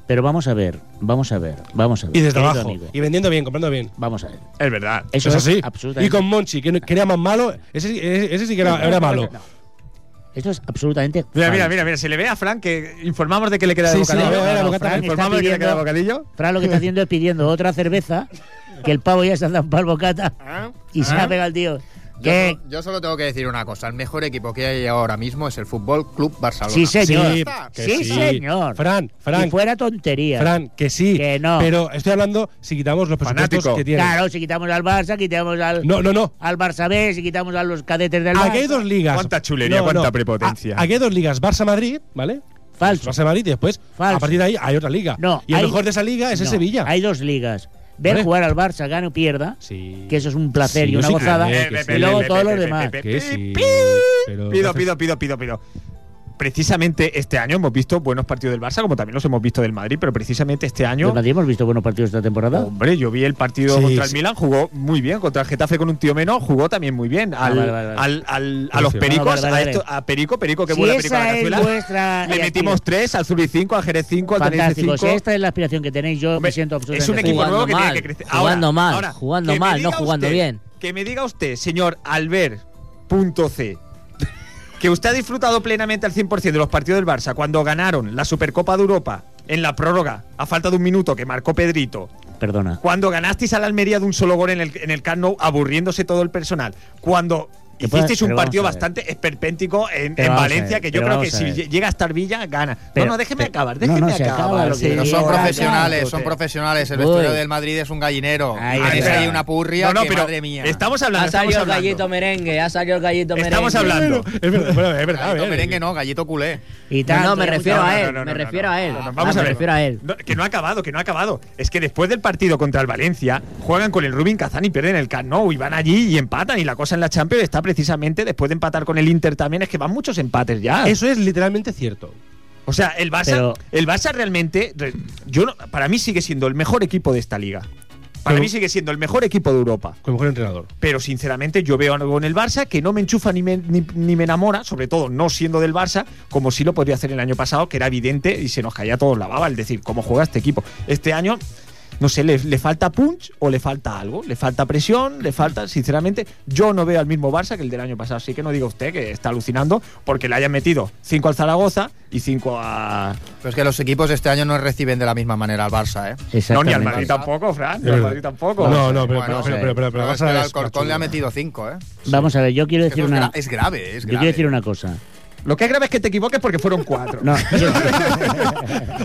B: Pero vamos a ver, vamos a ver, vamos a ver.
C: Y desde
B: querido
C: abajo,
B: amigo,
C: y vendiendo bien, comprando bien.
B: Vamos a ver.
E: Es verdad.
B: Eso
C: es
B: es,
C: así.
B: absolutamente.
C: Y con Monchi, que, no- que era más malo, ese, sí- ese, ese sí que era, era malo.
B: Esto es absolutamente.
E: Mira, mira,
B: falso.
E: mira, mira, se le ve a Frank que informamos de que le queda de
C: Sí, sí,
E: bocadillo.
C: le veo, era
B: No, no,
C: bocata-
B: Frank,
E: informamos de que le queda de bocadillo.
B: Fran lo que está haciendo es pidiendo otra cerveza, que el pavo ya se ha dado un pal bocata
F: ¿Ah?
B: y se
F: ¿Ah?
B: ha pegado al tío.
F: Yo,
B: ¿Qué?
F: solo, yo solo tengo que decir una cosa. El mejor equipo que hay ahora mismo es el Fútbol Club Barcelona.
B: Sí, señor.
C: Sí, que
B: Sí, señor.
C: Fran, Fran,
B: Si fuera tontería.
C: Fran, que sí.
B: Que no.
C: Pero estoy hablando si quitamos los presupuestos
E: Fanático.
C: que tiene.
B: claro, si quitamos al Barça, quitamos al,
C: No, no, no.
B: al Barça B, si quitamos a los cadetes
E: Ah,
B: del
C: Aquí hay
B: Barça.
C: dos ligas.
E: Cuánta chulería, cuánta prepotencia.
C: A- Aquí hay dos ligas, Barça-Madrid, ¿vale?
B: Falso.
C: Barça-Madrid y después,
B: Falso.
C: a partir de ahí, hay otra liga.
B: No,
C: y el
B: hay-
C: mejor de esa liga es el
B: No,
C: Sevilla.
B: Hay dos ligas. Ver
C: Vale.
B: jugar al Barça, gane o pierda,
C: Sí.
B: que eso es un placer
C: Sí,
B: y
C: yo
B: una
C: sí
B: gozada.
E: Eh,
C: creo que sí.
B: y luego
E: pe,
B: todos
E: pe,
B: los
E: pe,
B: demás.
E: pe, pe,
C: Que sí,
E: Pi-
C: pero-
E: Pido, pido, pido, pido, pido. Precisamente este año hemos visto buenos partidos del Barça, como también los hemos visto del Madrid, pero precisamente este año.
B: Del Madrid hemos visto buenos partidos esta temporada.
E: Hombre, yo vi el partido
C: Sí,
E: contra el
C: sí.
E: Milan, jugó muy bien. Contra el Getafe con un tío menos, jugó también muy bien. Al,
B: Ah, vale, vale, vale.
E: al- al- a los
C: Bueno,
E: pericos,
B: vale, vale,
E: a, esto- a Perico, Perico que
B: Si
E: vuela Perico a la
B: esa es
E: cazuela.
B: vuestra
E: Le metimos tres, al Zurich 5, al Jerez 5, al Tenerife
B: Fantástico. Si
E: 5.
B: esta es la aspiración que tenéis, yo
E: Hombre,
B: me siento
E: es un
B: absolutamente
E: equipo
B: feliz.
E: nuevo que
D: mal,
E: tiene que crecer.
D: jugando
E: Ahora,
D: mal,
E: ahora,
D: jugando
E: que me
D: mal, no
E: diga
D: jugando
E: usted-
D: bien.
E: Que me diga usted, señor Albert.c, que usted ha disfrutado plenamente al 100% de los partidos del Barça cuando ganaron la Supercopa de Europa en la prórroga, a falta de un minuto que marcó Pedrito,
B: Perdona.
E: cuando ganasteis al Almería de un solo gol en el, en el Camp Nou, aburriéndose todo el personal. Cuando
B: Te puedes-
E: hicisteis un
B: pero vamos
E: partido
B: a ver.
E: bastante esperpéntico en,
B: Pero
E: en
B: vamos a
E: Valencia,
B: ver,
E: que yo
B: pero
E: creo que
B: vamos a
E: si
B: ver.
E: llega hasta Villa, gana.
B: Pero-
E: no, no, déjeme
B: pero-
E: acabar,
B: no, no,
E: déjeme
B: se acaba
E: acabar.
B: lo que
E: sí.
F: Pero
B: Sí,
F: son
B: ya,
F: profesionales,
E: ya,
F: son
E: joder.
F: profesionales. El
D: Uy.
F: vestuario del Madrid es un gallinero.
B: Ahí
F: Ahí
B: está.
F: hay una purria
E: No, no,
F: que,
E: pero
F: madre mía.
E: estamos hablando.
D: Ha
E: Estamos
D: salido el
E: hablando.
D: gallito merengue, ha salido el gallito merengue.
E: Estamos hablando.
C: Es verdad, bueno, es verdad. a
F: Gallito
C: ver.
F: merengue no, gallito culé.
B: Y ¿eh?
D: No, no, me
B: ya
D: refiero
B: mucho-
D: a él. me refiero a él.
E: No,
D: Ah,
E: vamos
D: me
E: a ver.
D: refiero a él.
E: No, que no ha acabado, que no ha acabado. Es que después del partido contra el Valencia, juegan con el Rubin Kazán y pierden el Camp Nou y van allí y empatan. Y la cosa en la Champions está precisamente después de empatar con el Inter también. Es que van muchos empates ya.
C: Eso es literalmente cierto.
E: o sea, el Barça,
B: Pero-
E: el Barça realmente, re- yo no- para mí sigue siendo el mejor equipo de esta liga. Para
C: Pero-
E: mí sigue siendo el mejor equipo de Europa.
C: Con el mejor entrenador.
E: Pero sinceramente yo veo algo en el Barça que no me enchufa ni me, ni, ni me enamora, sobre todo no siendo del Barça, como sí lo podría hacer el año pasado, que era evidente y se nos caía a todos la baba, es decir, cómo juega este equipo. Este año, no sé, le, le falta punch o le falta algo, le falta presión, le falta, sinceramente, yo no veo al mismo Barça que el del año pasado, así que no diga usted que está alucinando porque le hayan metido 5 al Zaragoza y 5 a...
F: Pero es que los equipos este año no reciben de la misma manera al Barça, ¿eh?
E: No, ni
B: Exactamente.
E: al Madrid tampoco, Fran, ni
C: Es
E: al
C: verdad.
E: Madrid tampoco.
C: No, no, pero,
F: Bueno,
C: pero, pero, pero, pero,
F: Pero es
C: vas
F: que
C: a
F: el
C: ver,
F: Alcorcón le ha metido cinco, ¿eh?
B: Vamos a ver, yo quiero decir
F: Eso es,
B: una.
F: gra- es grave, es
B: Yo
F: grave.
B: quiero decir una cosa.
E: Lo que es grave es que te equivoques porque fueron 4.
B: No, yo-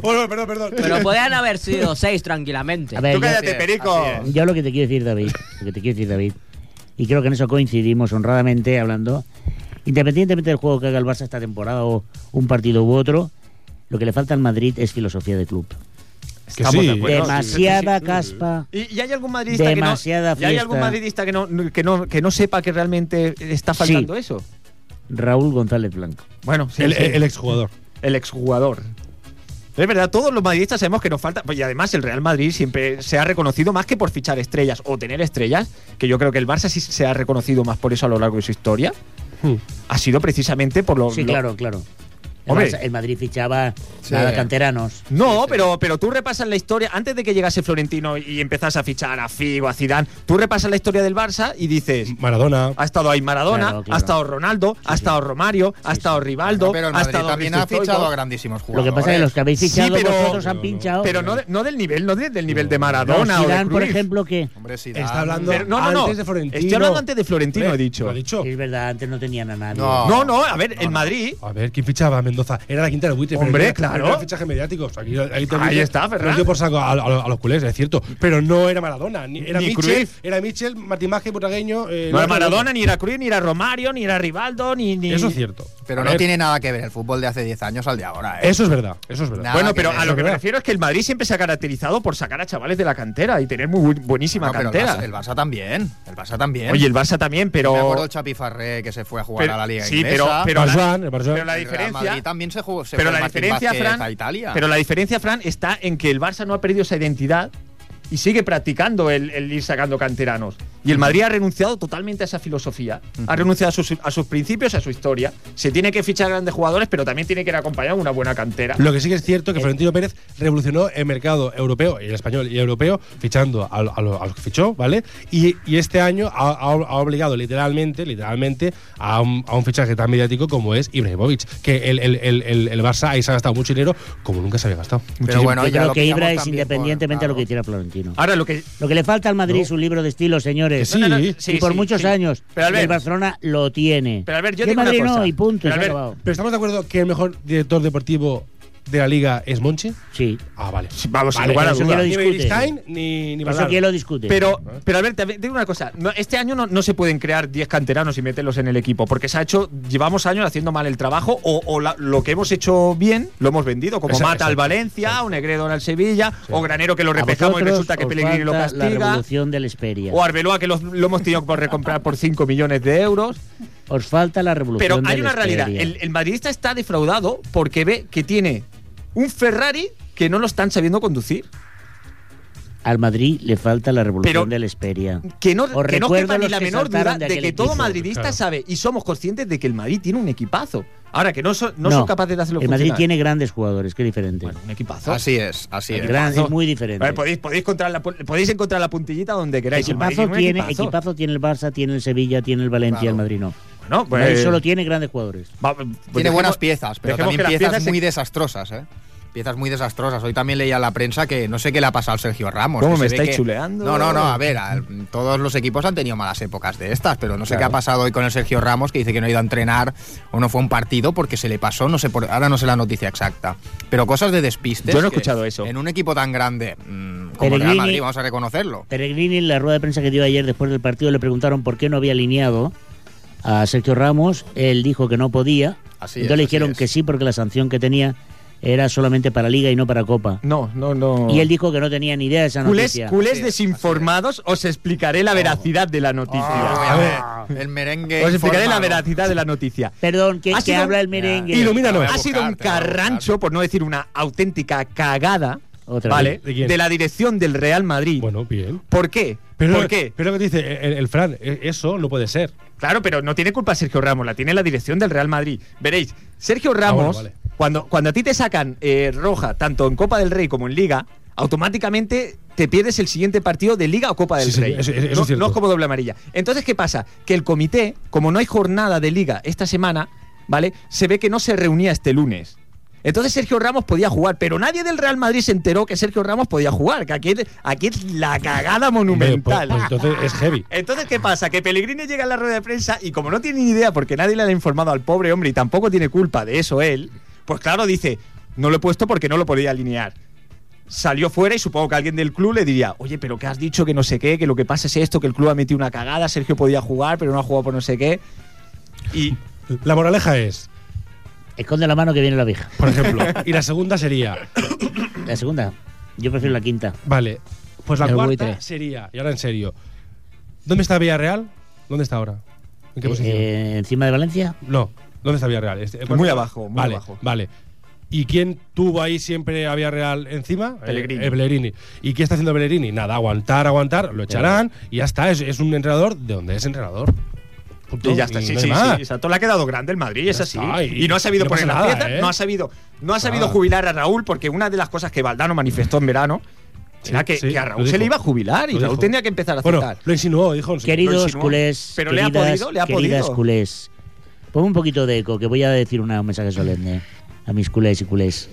C: Bueno, perdón, perdón.
D: Pero podían haber sido seis tranquilamente.
B: a ver,
E: Tú
B: yo-
E: cállate, Perico.
F: Así es.
B: Yo lo que te quiero decir, David, lo que te quiero decir, David, y creo que en eso coincidimos honradamente hablando, independientemente del juego que haga el Barça esta temporada o un partido u otro, lo que le falta al Madrid es filosofía de club.
C: Que
E: Estamos
C: sí.
E: de acuerdo. Bueno,
B: Demasiada
E: sí, Mm. sí, sí.
B: caspa.
E: ¿Y, y hay algún madridista
B: Demasiada
E: que no, ¿y hay
B: fiesta.
E: algún madridista que no, que no que no sepa que realmente está faltando
B: Sí.
E: eso?
B: Raúl González Blanco.
E: Bueno, sí,
C: El,
E: sí.
C: el exjugador.
E: El exjugador. Es verdad, todos los madridistas sabemos que nos falta. pues, y además, el Real Madrid siempre se ha reconocido más que por fichar estrellas o tener estrellas, que yo creo que el Barça sí se ha reconocido más por eso a lo largo de su historia.
C: Hmm.
E: Ha sido precisamente por los.
B: Sí, claro, claro. El,
E: Oh, Hombre.
B: Barça- el Madrid fichaba
F: Sí.
B: nada canteranos.
E: No, pero, pero tú repasas la historia. Antes de que llegase Florentino y empezás a fichar a Figo, a Zidane, tú repasas la historia del Barça y dices.
C: Maradona.
E: Ha estado ahí Maradona,
B: Claro, claro.
E: ha estado Ronaldo, ha estado Romario, ha estado Rivaldo,
F: pero el
E: ha
F: Madrid
E: estado
F: también ha
E: Risto Stoico.
F: fichado a grandísimos
B: Lo
F: jugadores.
B: que pasa es que los que habéis
E: Sí,
B: fichado
E: pero-
B: vosotros han
C: No, no.
B: pinchado.
E: Pero no, de- no del nivel, no de- del nivel de
B: No,
E: Maradona o de
B: Zidane, por
E: Cruyff.
B: ejemplo, que
F: Hombre, sí,
C: Está
F: da-
C: hablando
E: Pero no, no, no.
C: antes de Florentino.
E: Estoy hablando antes de Florentino,
C: Hombre,
E: he dicho.
C: Lo ha dicho.
B: es verdad, antes no tenían a nadie.
F: No.
E: No, no, a ver,
F: No,
E: el
F: no.
E: Madrid.
C: A ver, ¿quién fichaba a Mendoza? Era la quinta del buitre.
E: Hombre,
C: pero era-
E: claro.
C: pero Era fichaje mediático. O sea, aquí- ahí te
E: Ahí
C: dice-
E: está, Ferran.
C: Nos dio por saco a, a- a los culés, es cierto. Pero no era Maradona. Ni, era
E: Ni
C: Michel.
E: Cruyff.
C: Era Michel, Matimaje, Butragueño. eh,
E: No
C: Lorca,
E: era Maradona, ni era Cruyff, ni era Romario, ni era Rivaldo, ni. ni-
C: Eso es cierto.
F: Pero
C: A
F: no
C: ver,
F: tiene nada que ver el fútbol de hace 10 años al de ahora, ¿eh?
C: Eso es verdad. Eso es verdad.
F: Nada.
E: Bueno,
F: Ah, que
E: pero
F: ver,
E: a
F: eso
E: lo
F: es
E: que me
C: verdad.
E: refiero es que el Madrid siempre se ha caracterizado por sacar a chavales de la cantera y tener muy bu- buenísima
F: No, pero el,
E: cantera.
F: Barça, el Barça también. El Barça también.
E: Oye, el Barça también,
F: Me acuerdo
E: pero.
F: el Chapifarré que se fue a jugar
E: pero-
F: a la Liga
E: sí,
F: Inglesa.
E: pero, pero,
C: Barjuan,
E: la,
C: el Barjuan.
E: pero la
F: El Real
E: diferencia.
F: Madrid también se jugó. Se
E: pero la
F: fue Martín
E: diferencia,
F: Vázquez
E: Fran,
F: a Italia.
E: pero la diferencia, Fran, está en que el Barça no ha perdido esa identidad y sigue practicando el, el ir sacando canteranos. Y el Madrid ha renunciado totalmente a esa filosofía. Ha renunciado a sus, a sus principios, a su historia. Se tiene que fichar grandes jugadores, pero también tiene que ir acompañado de una buena cantera.
C: Lo que sí que es cierto que Florentino Pérez revolucionó el mercado europeo, y el español y el europeo, fichando a, lo- a lo- a los que fichó, ¿vale? Y, y este año ha, ha- ha obligado literalmente, literalmente, a un, a un fichaje tan mediático como es Ibrahimovic, que el, el, el, el, el Barça ahí se ha gastado mucho dinero como nunca se había gastado.
F: Pero bueno,
B: Yo
F: ya
B: creo
F: lo
B: que Ibra
F: pillamos
B: es
F: también
B: independientemente
F: por-
B: de lo que
F: claro.
B: hiciera Florentino.
E: Ahora, lo que.
B: Lo que le falta al Madrid
C: No.
B: es un libro de estilo, señores.
C: Que sí.
B: y por
E: Ah. sí,
B: muchos
E: sí.
B: años. y
E: Pero,
B: el
E: Albert,
B: Barcelona lo tiene.
E: Pero, Albert,
B: Y
E: yo
B: el
E: digo una
B: Madrid no,
E: cosa.
B: y punto,
E: Pero,
B: se ha
E: Albert,
B: acabado.
C: Pero estamos de acuerdo que el mejor director deportivo de la liga es Monchi.
B: Sí.
C: Ah, vale.
E: Vamos,
C: Vale,
E: pues sin lugar a
B: eso
E: dudas.
B: quiero
C: Ni Pues
B: discute.
C: Beristain ni, ni
B: Eso
C: Valdano.
B: quién lo discute.
E: Pero, pero Albert, te digo una cosa. No, este año no, no se pueden crear 10 canteranos y meterlos en el equipo, porque se ha hecho, llevamos años haciendo mal el trabajo, o, o la- lo que hemos hecho bien lo hemos vendido, como
C: Exacto,
E: Mata al
C: exacto.
E: Valencia, o Negredo al Sevilla, o Granero que lo
B: A
E: repescamos y
B: vosotros
E: resulta que
B: os
E: Pellegrini lo
B: falta La
E: castiga,
B: revolución de la Esperia.
E: o Arbeloa que los- lo hemos tenido que recomprar por 5 millones de euros.
B: Os falta la revolución
E: Pero
B: de
E: hay
B: la
E: una realidad.
B: Esperia.
E: El, el madridista está defraudado porque ve que tiene un Ferrari que no lo están sabiendo conducir.
B: Al Madrid le falta la revolución
E: Pero-
B: de la Esperia.
E: que no,
B: Os
E: que no
B: recuerdo
E: quepa ni
B: los
E: la
B: que
E: menor
B: saltaron
E: duda
B: de
E: de,
B: aquel
E: que todo
B: equipo.
E: madridista
C: Claro.
E: sabe y somos conscientes de que el Madrid tiene un equipazo. Ahora que no, so- no, son capaces de hacerlo
B: El Madrid
E: funcionar.
B: tiene grandes jugadores, que diferente.
E: Bueno, un equipazo.
F: Así es, así
B: El
F: es.
B: gran-
E: equipazo.
B: Ah, es muy
E: A
B: diferente.
E: ver, podéis, podéis, encontrar la, pu- podéis encontrar la puntillita donde queráis. El Madrid
B: equipazo,
E: tiene un
B: tiene, equipazo. tiene el Barça, tiene el Sevilla, tiene el Valencia,
F: Claro.
B: el Madrid no.
E: Bueno, pues,
B: El Madrid solo tiene grandes jugadores.
E: va- pues
F: Tiene
E: dejemos-
F: buenas piezas, pero
E: dejemos
F: también
E: que las
F: piezas,
E: se-
F: muy desastrosas, ¿eh? Piezas muy desastrosas. Hoy también leía en la prensa que no sé qué le ha pasado al Sergio Ramos.
E: ¿Cómo
F: que
E: me
F: se ve
E: estáis
F: que-
E: chuleando?
F: No, no, no. A ver, al- todos los equipos han tenido malas épocas de estas, pero no sé qué ha pasado hoy con el Sergio Ramos, que dice que no ha ido a entrenar o no fue a un partido porque se le pasó, no sé por, ahora no sé la noticia exacta. Pero cosas de despistes.
E: Yo no he
F: que
E: escuchado eso.
F: En un equipo tan grande mm, como el Real
B: Pellegrini-
F: Madrid, vamos a reconocerlo.
B: Peregrini, en la rueda de prensa que dio ayer después del partido, le preguntaron por qué no había alineado a Sergio Ramos. Él dijo que no podía. Entonces
F: Así es,
B: le
F: así
B: dijeron
F: es.
B: que sí porque la sanción que tenía era solamente para Liga y no para Copa.
E: No, no, no.
B: Y él dijo que no tenía ni idea de esa
E: Culés,
B: noticia.
E: culés
F: Así es,
E: desinformados, os explicaré la veracidad de la noticia.
F: Ah, el merengue.
E: Os explicaré la
F: informado.
E: veracidad de la noticia.
B: Perdón, que,
E: Ha
B: que
E: sido-
B: habla el merengue.
E: Ya.
C: Ilumínanos.
F: Te voy a
E: Ha sido un
F: buscar, te voy a buscar.
E: carrancho, por no decir una auténtica cagada,
B: Otra
E: ¿vale?
B: vez.
C: ¿De quién?
E: la dirección del Real Madrid.
C: Bueno, bien.
E: ¿Por qué?
C: Pero,
E: ¿Por qué?
C: Pero lo que dice el, el Fran, e- eso no puede ser.
E: Claro, pero no tiene culpa Sergio Ramos, la tiene la dirección del Real Madrid. Veréis, Sergio Ramos,
C: Ah, vale.
E: cuando, cuando a ti te sacan eh, roja, tanto en Copa del Rey como en Liga, automáticamente te pierdes el siguiente partido de Liga o Copa del
C: Sí, sí,
E: Rey.
C: eso- eso es
E: no,
C: cierto.
E: no es como doble amarilla. Entonces, ¿qué pasa? Que el comité, como no hay jornada de Liga esta semana, ¿vale? Se ve que no se reunía este lunes. Entonces Sergio Ramos podía jugar, pero nadie del Real Madrid se enteró que Sergio Ramos podía jugar. Que aquí, aquí es la cagada
C: Hombre, pues-
E: monumental.
C: pues entonces es heavy.
E: Entonces, ¿qué pasa? Que Pellegrini llega a la rueda de prensa y como no tiene ni idea porque nadie le ha informado al pobre hombre y tampoco tiene culpa de eso él, pues claro, dice, no lo he puesto porque no lo podía alinear. Salió fuera y supongo que alguien del club le diría, oye, pero que has dicho que no sé qué, que lo que pasa es esto, que el club ha metido una cagada, Sergio podía jugar, pero no ha jugado por no sé qué. Y
C: La moraleja es,
B: Esconde la mano que viene la vieja.
C: por ejemplo, y la segunda sería,
B: La segunda. Yo prefiero la quinta.
C: vale, pues la
D: El
C: cuarta
D: buitre.
C: sería, y ahora en serio, ¿dónde está Villarreal? ¿Dónde está ahora? ¿En qué
B: Eh,
C: posición?
B: eh, encima de Valencia.
C: No, ¿dónde está Villarreal? Este,
E: Muy abajo, muy
C: vale,
E: abajo.
C: Vale. ¿Y quién tuvo ahí siempre a Villarreal encima? Eh,
F: Pellegrini.
C: eh, Pellegrini. ¿Y qué está haciendo Pellegrini? Nada, aguantar, aguantar, lo echarán y ya está. Es, es un entrenador de donde es entrenador. Punto.
E: Y ya está,
C: Y
E: sí,
C: no hay
E: sí,
C: más.
E: sí. Exacto, le ha quedado grande el Madrid, es así.
C: está, y-
E: y no ha sabido
C: no
E: poner
C: pasa
E: la
C: nada,
E: pieza,
C: ¿eh? Ah.
E: no ha sabido, no ha sabido
C: Nada.
E: jubilar a Raúl, porque una de las cosas que Valdano manifestó en verano
C: Sí,
E: era que,
C: sí,
E: que a
C: lo
E: Raúl se
C: dijo.
E: le iba a jubilar y
C: Lo
E: Raúl
C: dijo.
E: tenía que empezar a
C: Bueno,
E: aceptar.
C: lo insinuó, dijo. lo insinuó.
E: Lo
B: Queridos
E: insinuó.
B: culés,
E: Pero le ha
B: queridas,
E: podido, le ha
B: queridas
E: podido.
B: culés, pon un poquito de eco, que voy a decir una- un mensaje solemne a mis culés y culés.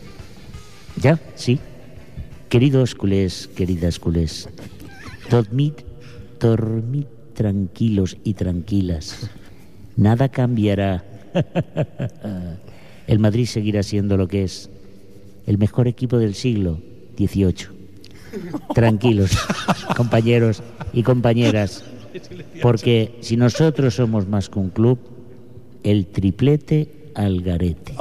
B: ¿Ya? ¿Sí? Queridos culés, queridas culés, dormid, dormid tranquilos y tranquilas. Nada cambiará. El Madrid seguirá siendo lo que es, el mejor equipo del siglo XVIII. Tranquilos, compañeros y compañeras. Porque si nosotros somos más que un club, el triplete al garete.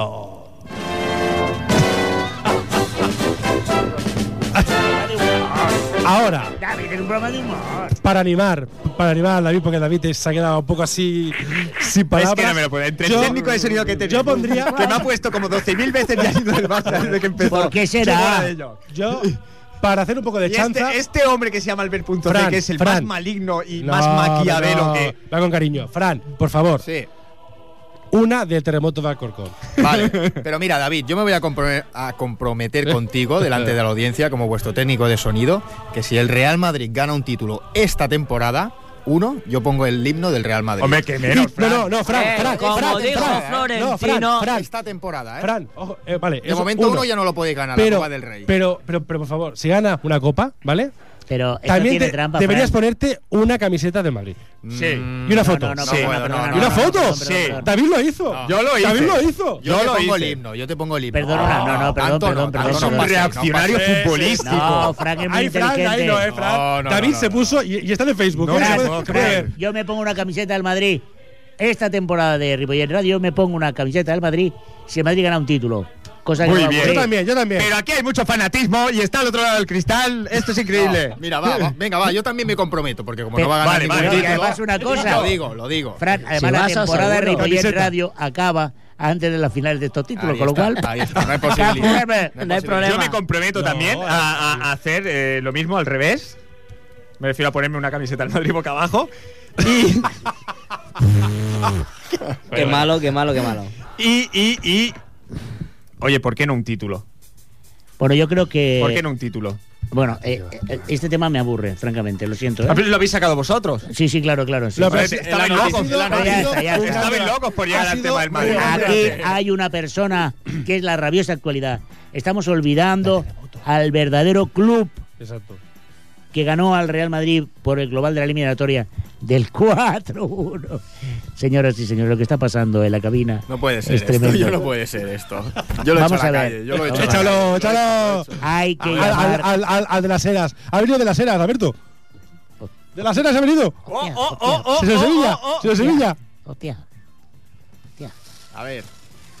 C: Ahora,
B: David, es un programa de humor.
C: para animar, para animar a David, porque David se ha quedado un poco así sin palabras.
E: Es que no me lo puedo. Entre el
C: Yo-
E: técnico de sonido que tenemos,
C: yo pondría-
E: que me ha puesto como 12.000 veces ya ido del Barça desde que empezó.
B: ¿Por qué
E: Yo
B: será?
E: fuera de ello.
C: Ah, Yo, para hacer un poco de
E: Y
C: chanza.
E: este, este hombre que se llama Albert.c,
C: Fran,
E: que es el más
C: Fran.
E: maligno y
C: No,
E: más maquiavelo
C: no,
E: que.
C: Va con cariño. Fran, por favor,
F: Sí.
C: una del terremoto de Alcorcón.
F: Vale, pero mira, David, yo me voy a, comprome- a comprometer contigo delante de la audiencia como vuestro técnico de sonido que si el Real Madrid gana un título esta temporada, uno, yo pongo el himno del Real Madrid.
E: Hombre, que menos.
C: no,
E: Fran.
C: no, no, Fran,
D: Eh,
C: Fran,
D: como
C: Fran,
D: dijo
C: Fran, no, Fran,
D: Florentino-
C: Fran,
F: esta temporada, ¿eh?
C: Fran, ojo, eh, vale.
F: de
C: eso,
F: momento uno. ya no lo puede ganar la
C: pero,
F: Copa del Rey.
C: Pero, pero, pero, por favor, si gana una copa, ¿vale?
B: Pero esto
C: También
B: tiene
C: te-
B: trampa.
C: deberías
B: Fran.
C: ponerte una camiseta de Madrid.
E: Sí.
F: Mm,
C: Y una
B: No,
C: foto.
B: No, no,
E: Sí.
B: perdona,
F: No, no,
B: perdona,
F: no,
C: ¿Y una
B: perdona,
C: foto?
B: perdona,
E: Sí.
B: perdona.
C: David lo hizo.
F: No.
E: Yo lo hice.
C: David lo hizo.
F: Yo,
E: Yo
F: te
E: lo
F: pongo
E: hice.
F: el himno, yo te pongo el himno.
B: Perdona, no, no, perdón,
F: tanto
B: perdón, perdón,
F: tanto
E: Es un
B: perdón.
F: paséis,
E: reaccionario
F: paséis.
E: futbolístico.
B: No, Frank es muy
C: Ahí, Fran, ahí
B: inteligente.
C: no, eh, Fran.
F: No, no,
C: David
F: no,
C: se
F: no.
C: puso y, y está en el Facebook.
E: No
C: ¿eh?
E: me
C: Se
B: Fran,
E: lo
C: puede- se
E: puedo
B: Fran,
C: puede
E: creer.
C: ver.
B: yo me pongo una camiseta del Madrid. Esta temporada de Ripollet Radio me pongo una camiseta del Madrid si el Madrid gana un título. Cosa que
E: Muy
B: no va a
E: bien.
C: Yo
B: ocurrir.
C: también, yo también.
E: Pero aquí hay mucho fanatismo y está al otro lado del cristal. Esto es increíble.
F: Mira, va, va, venga, va, yo también me comprometo, porque como
B: Pero-
F: no va a ganar
E: vale,
F: ningún
E: vale,
F: título-
E: y
B: además una cosa.
F: Lo digo, lo digo.
B: Fran, además
D: Si
B: la
D: vas a
B: temporada de
D: seguro.
B: Ripollet
C: Camiseta.
B: Radio acaba antes de las finales de estos títulos,
F: Ahí
B: con lo
F: está,
B: cual.
F: ahí está, no hay posibilidad.
B: No hay
F: posibilidad.
D: problema.
E: Yo me comprometo
C: No,
E: también a, a- a hacer eh, lo mismo al revés. Me refiero a ponerme una camiseta al Madrid boca abajo. Y,
D: Qué malo, qué malo, qué malo.
E: y, y, y. Oye, ¿por qué no un título?
B: Bueno, yo creo que.
E: ¿Por qué no un título?
B: Bueno, eh, eh, este tema me aburre, francamente, lo siento. ¿eh?
E: Ah, pero ¿Lo habéis sacado vosotros?
B: Sí, sí, claro, claro. sí.
C: Lo
E: Joder,
C: pero-
E: estaban
C: el
E: locos,
C: anuncio-
E: estaban
B: Ya está, ya
E: locos.
B: está.
E: Estaban locos por llegar
C: Ha
E: al
C: sido
E: tema del Madrid.
C: un hombre
B: Aquí hay una persona que es la rabiosa actualidad. Estamos olvidando al verdadero club
C: Exacto.
B: que ganó al Real Madrid por el global de la eliminatoria del 4-1. Señoras y señores, lo que está pasando en la cabina.
F: No puede ser
B: Es
F: esto,
B: tremendo.
F: yo no puede ser esto. Yo lo he
B: Vamos
F: hecho a
B: a
F: la
B: ver.
F: calle, yo lo he hecho a la
C: Échalo,
F: calle.
C: échalo.
B: Hay que
C: Al,
B: llamar.
C: al- al- al- al de las Heras. Ha venido de las Heras, Alberto. De las Heras ha venido.
B: Hostia,
E: Oh, oh, oh,
C: Si es de Sevilla. Si es de Sevilla.
B: hostia,
F: A ver,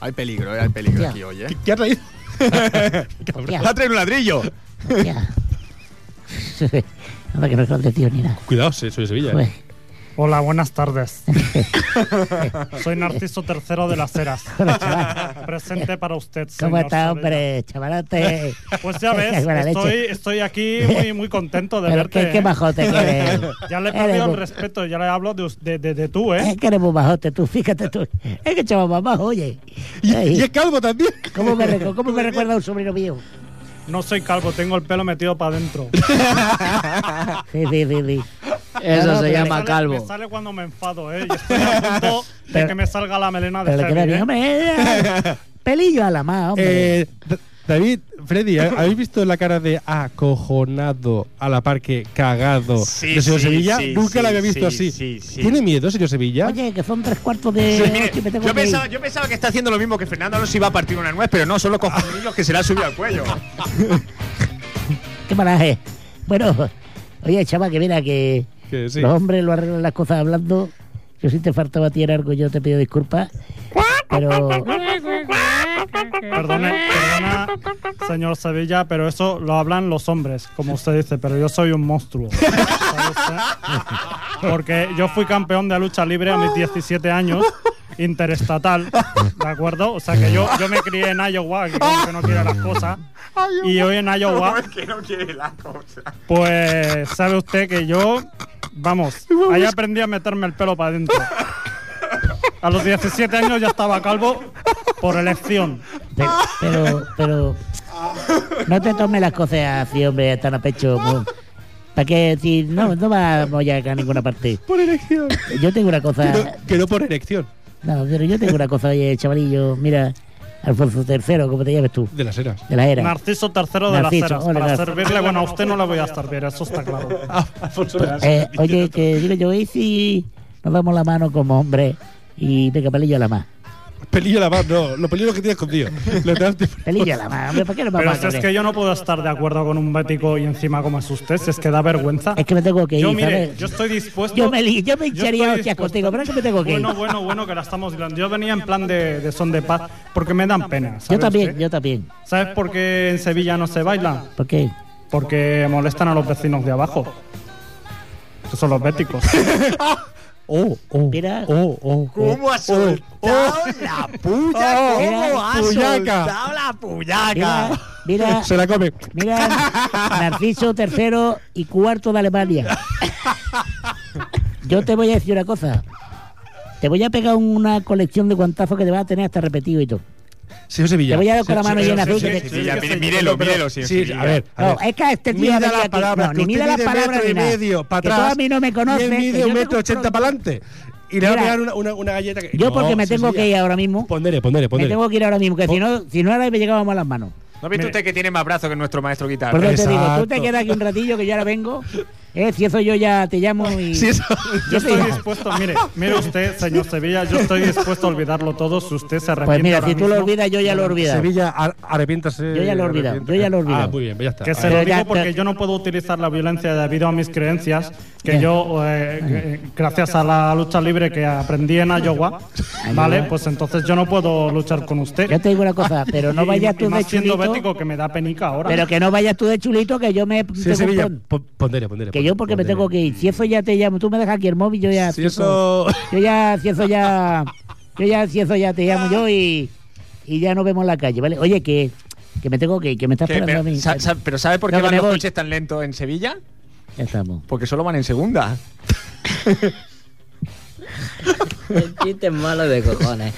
F: hay peligro, eh, hay peligro
B: Hostia.
F: aquí hoy,
C: ¿Qué,
F: eh.
C: qué has leído?
B: hostia,
E: Ha traído un ladrillo.
B: hostia, hostia. Nada que no es grande, tío, ni nada.
C: Cuidado, soy de Sevilla.
B: Joder.
H: Hola, buenas tardes. Soy Narciso III de las Heras.
B: Hola, chaval.
H: Presente para usted.
B: ¿Cómo
H: señor
B: está,
H: Saavedra.
B: hombre? Chavalote.
H: Pues ya ves,
B: Buena leche.
H: estoy, estoy aquí muy, muy contento de
B: Pero
H: verte.
B: qué, qué
H: ¿eh?
B: bajote que eres.
H: Ya le he
B: Eres
H: perdido
B: un-
H: el respeto, ya le hablo de, us- de, de- de tú,
B: Es
H: ¿eh?
B: que eres muy bajote tú, fíjate tú. Es que chaval más bajo, oye.
C: Y,
B: Ay,
C: y es calvo también.
B: ¿Cómo me, recu- cómo me recuerda a un sobrino mío?
H: No soy calvo, tengo el pelo metido para adentro.
C: Ah.
B: Sí, sí, sí, sí.
D: Eso
B: no,
D: se
B: pero
H: Me
D: llama
H: sale- Me
D: calvo.
H: sale cuando me enfado, ¿eh? Y estoy a punto de
B: Pero-
H: que me salga la melena de
B: Pero le queda
H: Heavy,
B: bien,
H: ¿eh?
B: hombre. eh, Pelillo a la más, hombre.
C: Eh, D- David, Freddy, ¿ha- ¿habéis visto la cara de acojonado a la par que cagado
E: Sí,
C: de señor
E: sí,
C: Sevilla?
E: sí,
C: Nunca la
E: sí,
C: había visto
E: sí,
C: así.
E: sí, sí.
C: ¿Tiene miedo, señor Sevilla?
B: Oye, que son tres cuartos de.
E: Sí, mire,
B: ocho y Eh, me tengo
E: yo,
B: que ir.
E: pensaba, yo pensaba que está haciendo lo mismo que Fernando Alonso iba a partir una nuez, pero no, son los cojonillos que se le ha subido al cuello.
B: Qué malaje. Bueno, oye, chaval, que mira que.
C: Que sí.
B: Los hombres lo arreglan las cosas hablando. Yo si te faltaba a ti en algo, yo te pido disculpas. Pero.
H: Perdone, perdona, señor Sevilla, pero eso lo hablan los hombres, como usted dice, pero yo soy un monstruo. ¿sabe usted? Porque yo fui campeón de lucha libre a mis 17 años
G: interestatal, ¿de acuerdo? O sea que yo, yo me crié en Iowa, que, como que no quiere las cosas, y hoy en Iowa,
E: que no quiere la cosa.
G: pues sabe usted que yo, vamos, ahí aprendí a meterme el pelo para adentro. A los 17 años ya estaba calvo por elección.
B: Pe- Pero, pero, No te tomes las cosas así, hombre, tan a pecho. ¿Para qué decir? No, no vamos ya a ninguna parte.
C: Por elección.
B: Yo tengo una
C: Que
B: cosa.
C: no, que no por elección.
B: No, pero yo tengo una cosa, oye, chavalillo. Mira, Alfonso III, como te llamas tú,
C: De las eras.
B: de la era. Eh,
G: Narciso III de las
B: Narciso,
G: Heras.
B: ole,
G: Para
B: Narciso.
G: servirle, bueno, a usted no le voy a servir, eso está claro.
C: Ah, Alfonso de las
B: Eh, oye, que digo yo, ¿y si nos damos la mano como hombre y venga, pelillo a la más?
C: Pelillo la mano, no. Lo pelillo que tienes contigo. Lo das de-
B: Pelillo a la más, hombre, ¿para qué nos
G: Pero
B: vamos
G: si
B: a
G: es que yo no puedo estar de acuerdo con un bético y encima como es usted, si es que da vergüenza.
B: Es que me tengo que
G: Yo,
B: ir,
G: mire,
B: ¿sabes?
G: yo estoy dispuesto.
B: Yo me, li- yo me hincharía
G: estoy
B: hostias
G: dispuesto.
B: contigo, pero es que me tengo que ir.
G: Bueno, bueno, bueno, que la estamos hilando. Yo venía en plan de, de son de paz, porque me dan pena. ¿sabe
B: Yo también,
G: usted?
B: yo también.
G: ¿Sabes por qué en Sevilla no se baila?
B: ¿Por qué?
G: Porque molestan a los vecinos de abajo. Que son los béticos.
C: Oh, oh.
B: Mira.
C: Oh, oh.
E: ¿Cómo ha soltado
B: Oh,
E: oh. la puya? ¿Cómo
B: Mira,
E: ha
C: puyaca.
E: soltado
B: Mira,
E: la puyaca?
B: mira,
C: Se la come.
B: mira, Narciso tercero y cuarto de Alemania. Yo te voy a decir una cosa. Te voy a pegar una colección de guantazos que te vas a tener hasta repetido y todo.
C: Señor Sevilla.
B: Te voy a dar con la
C: Sí,
B: mano
C: sí,
B: llena
C: sí,
B: de
C: sí,
B: aceite.
C: sí,
B: que-
C: sí,
E: Mira,
C: sí,
E: mire-
C: sí,
E: mírelo,
C: no, pero-
E: mírelo, señor
C: Sí,
E: Sevilla.
C: a ver. a
B: No,
C: ver.
B: es que a este tío
C: Mida
B: venía
C: la
B: aquí-
C: palabra,
B: no,
C: que
B: ni
C: usted
B: mide la
C: mide
B: palabra
C: metro
B: ni
C: y
B: nada.
C: medio, para
B: Que
C: atrás.
B: tú a mí no me conoces,
C: Y él
B: que
C: mide
B: yo
C: un
B: tengo
C: metro
B: un
C: ochenta
B: problema.
C: para adelante. Y le va a
B: Mira.
C: pegar una, una, una galleta. que-
B: Yo
C: No,
B: porque me
C: señor
B: tengo
C: Sevilla.
B: que ir ahora mismo.
C: Pondere, pondere,
B: Me
C: pondere.
B: tengo que ir ahora mismo, que si no, si no ahora me llegábamos a las manos.
E: ¿No viste usted que tiene más brazos que nuestro maestro guitarra?
B: Por eso te digo, tú
C: Exacto.
B: te quedas aquí un ratillo que yo ahora vengo. Eh, si eso yo ya te llamo y.
C: Sí, eso.
G: Yo
B: te
G: estoy
B: llamo.
G: dispuesto, mire, mire usted, señor Sevilla, yo estoy dispuesto a olvidarlo todo si usted se arrepiente.
B: Pues mira,
G: ahora
B: si tú lo
G: mismo.
B: olvidas, yo ya lo he olvidado.
C: Sevilla, ar- arrepiéntase.
B: Yo ya lo he olvidado,
C: arrepiéntase.
B: yo ya lo he olvidado.
C: Ah, muy bien, pues ya está.
G: Que se
B: Pero
G: lo
B: ya-
G: digo porque
B: pero-
G: yo no puedo utilizar la violencia debido a mis creencias, que
B: Ya.
G: yo, eh, eh, gracias a la lucha libre que aprendí en Iowa, ¿vale? Pues entonces yo no puedo luchar con usted.
B: Yo te digo una cosa, pero no
G: Y-
B: vayas
G: y
B: tú
G: más
B: de
G: siendo
B: chulito.
G: bético que me da penica ahora.
B: Pero que no vayas tú de chulito, que yo me.
C: Sí,
B: tengo
C: Sevilla,
B: un
C: po- pondere, pondere.
B: Que yo porque me tengo que ir. Si eso ya te llamo, tú me dejas aquí el móvil, yo ya.
C: Si eso.
B: Yo ya, si eso ya. Yo ya, si eso ya te llamo yo y. Y ya nos vemos en la calle, ¿vale? Oye, que. Que me tengo que ir, que me está
E: Que-
B: esperando a mí.
E: pero, sa- sa- pero ¿sabes por
B: No,
E: qué
B: que
E: van
B: me
E: los
B: voy.
E: coches tan lentos en Sevilla?
B: Ya estamos.
E: Porque solo van en segunda.
D: El chiste es malo de cojones.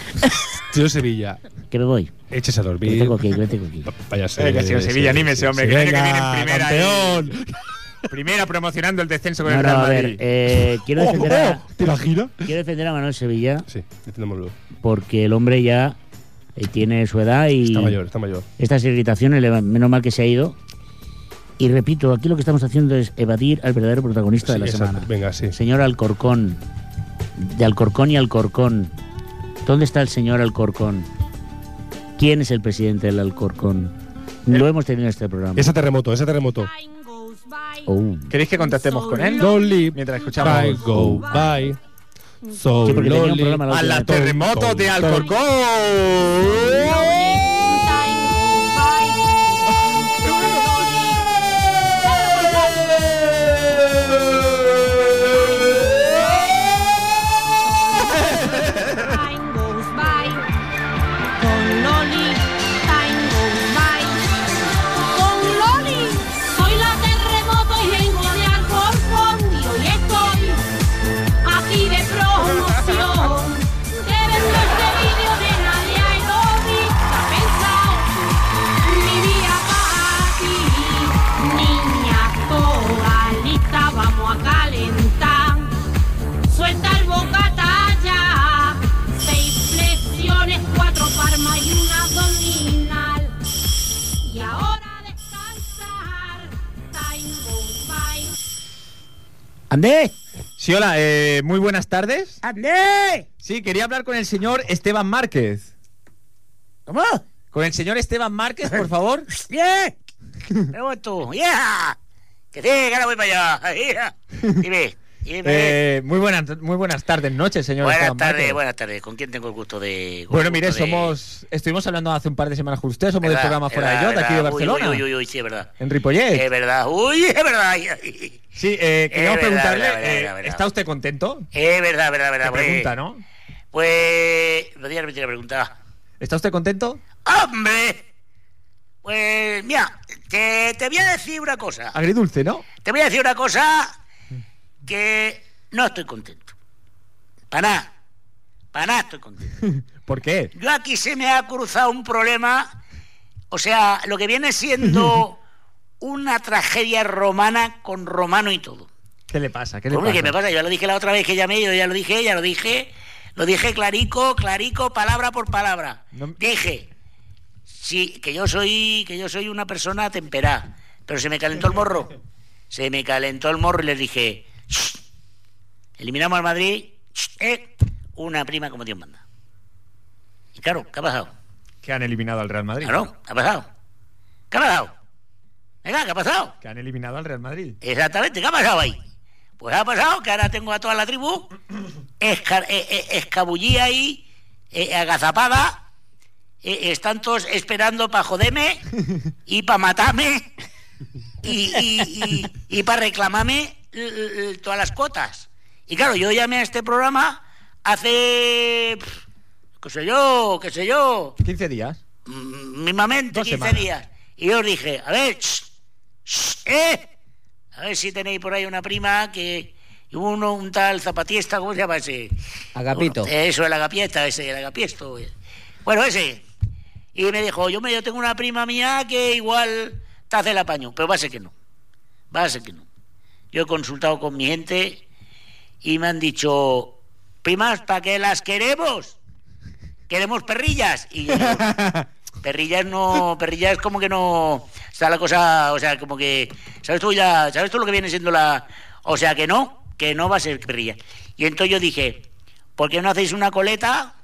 C: Señor Sevilla,
B: Que me voy.
C: échese a
B: Que me
C: dormir.
B: tengo que ir, que me tengo que ir.
C: Váyase.
E: Venga, señor Sevilla, anímese, hombre, que el año que viene en
C: Venga,
E: primera
C: campeón.
E: Primera promocionando el descenso con
B: No,
E: el
B: no,
E: Real
B: a
E: Madrid.
B: ver. eh, quiero,
C: Oh,
B: defender a,
C: oh, ¿Te imaginas?
B: quiero defender a Manuel Sevilla
C: Sí, defendámoslo.
B: porque el hombre ya eh, tiene su edad y.
C: Está mayor, está mayor.
B: estas irritaciones, le- menos mal que se ha ido. Y repito, aquí lo que estamos haciendo es evadir al verdadero protagonista de
C: Sí,
B: la
C: exacto.
B: semana.
C: Venga, sí.
B: El señor Alcorcón, de Alcorcón y Alcorcón. ¿Dónde está el señor Alcorcón? ¿Quién es el presidente del Alcorcón? Lo hemos tenido en este programa.
C: Ese terremoto, ese terremoto.
B: Oh.
E: ¿Queréis que contactemos con él?
C: Lonely,
E: Mientras escuchamos.
C: bye, go, bye. So
B: Sí, porque tenía un
C: lonely.
B: problema la
E: ¡A la
B: Tom, tom,
E: terremoto de Alcorcón!
A: Time goes by con Loli. Time goes by con Loli. Soy la terremoto y vengo de Alcorcón y hoy estoy aquí de promoción. Debe ser este vídeo de Nadia y Loli. Está pensado mi vida para ti, niña toda lista. Vamos a calentar. Suelta el bocata ya. Seis flexiones, cuatro palmas y una abdominal. Y ahora a descansar. Time goes by.
B: ¡Andé!
E: Sí, hola, eh, muy buenas tardes.
B: ¡Andé!
E: Sí, quería hablar con el señor Esteban Márquez.
B: ¿Cómo?
E: Con el señor Esteban Márquez, por favor.
B: ¡Bien! ¡Me voy tú! ¡Yeah! ¡Que sí, que ahora voy para allá! ¡Yeah! Dime, dime.
E: Eh, muy, buenas, muy buenas tardes, noches, señor
B: buenas
E: Esteban
B: tardes,
E: Márquez.
B: buenas tardes. ¿Con quién tengo el gusto de...? con
E: Bueno,
B: el
E: mire,
B: gusto de-
E: somos. Estuvimos hablando hace un par de semanas con usted, somos del
B: ¿Verdad?
E: programa Fuera de
B: ¿Verdad?
E: Yo, de aquí de
B: ¿Verdad? Uy, uy,
E: Barcelona.
B: Uy, uy, uy, sí, es verdad.
E: En Ripollet.
B: Es verdad, uy, es verdad.
E: Sí, eh, queríamos
B: verdad,
E: preguntarle,
B: verdad,
E: eh,
B: verdad, verdad.
E: ¿está usted contento?
B: Es verdad, verdad, verdad.
E: Te
B: hombre.
E: pregunta, ¿no?
B: Pues. Podría repetir la pregunta.
E: ¿Está usted contento?
B: ¡Hombre! Pues mira, que te voy a decir una cosa.
E: Agridulce, ¿no?
B: Te voy a decir una cosa que no estoy contento. Para nada. Para nada estoy contento.
E: ¿Por qué?
B: Yo aquí se me ha cruzado un problema. O sea, lo que viene siendo una tragedia romana con romano y todo.
E: ¿Qué le pasa? ¿Qué le
B: Hombre, ¿qué
E: pasa?
B: me pasa? Yo lo dije la otra vez que llamé, yo ya lo dije, ya lo dije. Lo dije clarico, clarico, palabra por palabra.
E: No-
B: Dije, sí, que yo soy, que yo soy una persona temperada, pero se me calentó el morro. Se me calentó el morro y les dije, "Shh, eliminamos al Madrid, shh, eh, una prima como Dios manda. Y claro, ¿qué ha pasado?
E: Que han eliminado al Real Madrid.
B: Claro, ¿qué ha pasado? ¿Qué ha pasado? Venga, ¿qué ha pasado?
E: Que han eliminado al Real Madrid.
B: Exactamente, ¿qué ha pasado ahí? Pues ha pasado que ahora tengo a toda la tribu esca- eh, eh, escabullida ahí, eh, agazapada. eh, están todos esperando para joderme y para matarme y, para reclamarme l- l- todas las cuotas. Y claro, yo llamé a este programa hace, pf, qué sé yo, qué sé yo,
E: 15 días.
B: mm, mismamente
E: Dos
B: 15
E: semanas.
B: días. Y yo os dije, a ver, shh, shh, ¿eh? A ver si tenéis por ahí una prima que... y Uno, un tal zapatista, ¿cómo se llama ese?
D: Agapito.
B: Uno- eso, el agapiesta, ese, el agapiesto. eh. Bueno, ese. Y me dijo, yo, me, yo tengo una prima mía que igual te hace el apaño, pero va a ser que no. Va a ser que no. Yo he consultado con mi gente y me han dicho, primas, ¿para qué las queremos? Queremos perrillas. Y yo digo, Perrillas no, perrillas como que no está la cosa, o sea, como que sabes tú ya, sabes tú lo que viene siendo la, o sea, que no, que no va a ser perrillas. Y entonces yo dije, ¿por qué no hacéis una coleta?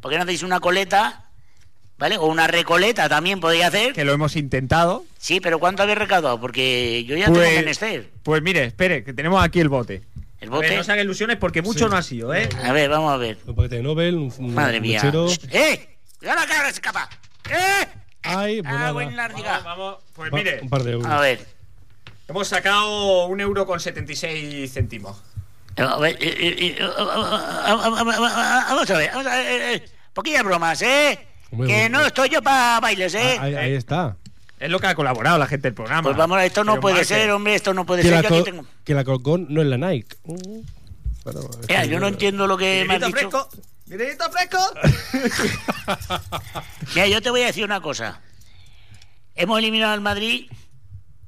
B: ¿Por qué no hacéis una coleta? ¿Vale? O una recoleta también podéis hacer.
E: Que lo hemos intentado.
B: Sí, pero ¿cuánto habéis recaudado? Porque yo ya tengo menester.
E: pues mire, espere, que tenemos aquí el bote.
B: El
E: A ver,
B: bote.
E: no se hagan ilusiones porque mucho no ha sido, ¿eh?
B: A ver, vamos a ver.
C: Un paquete de Nobel, un, un
B: Madre mía.
C: puchero.
B: ¡Eh! ¡Cuidado la cara, se escapa! ¡Eh!
C: Ay,
E: Pues
B: ¡Ah,
C: morada.
B: buen lardiga!
E: Vamos, pues
C: Pa-
E: mire,
C: Un par de euros.
B: A ver.
E: hemos sacado un euro con 76 céntimos.
B: A ver, eh, eh, eh, Vamos a ver, vamos a ver. eh, eh, Poquillas bromas, ¿eh?
C: Hombre,
B: Que
C: hombre.
B: no estoy yo para bailes,
C: Ah,
B: ¿eh?
C: ahí, ahí está.
E: Es lo que ha colaborado la gente del programa.
B: Pues vamos, esto no
E: Pero
B: puede
E: marque.
B: ser, hombre, esto no puede
C: Que
B: ser.
C: la,
B: Yo aquí
C: col-
B: tengo. Mm.
C: que la Colcón no es la Nike. Uh, claro, es
B: Mira,
C: que-
B: yo no entiendo lo que me has
E: Mirenito
B: dicho.
E: fresco. Mirenito fresco.
B: Mira, yo te voy a decir una cosa. Hemos eliminado al Madrid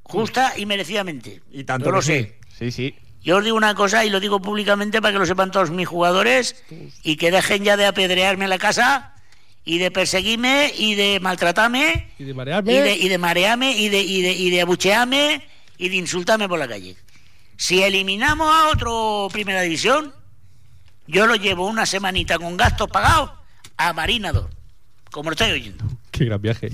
B: justa y merecidamente.
E: Y tanto
B: Yo lo
E: que sí.
B: sé.
E: Sí, sí.
B: Yo os digo una cosa y lo digo públicamente para que lo sepan todos mis jugadores y que dejen ya de apedrearme en la casa y de perseguirme y de maltratarme
C: Y de marearme.
B: y de, y de marearme y de, y, de, y de abuchearme y de insultarme por la calle. Si eliminamos a otro Primera División, yo lo llevo una semanita con gastos pagados a Marinador, como lo estáis oyendo.
C: Qué gran viaje.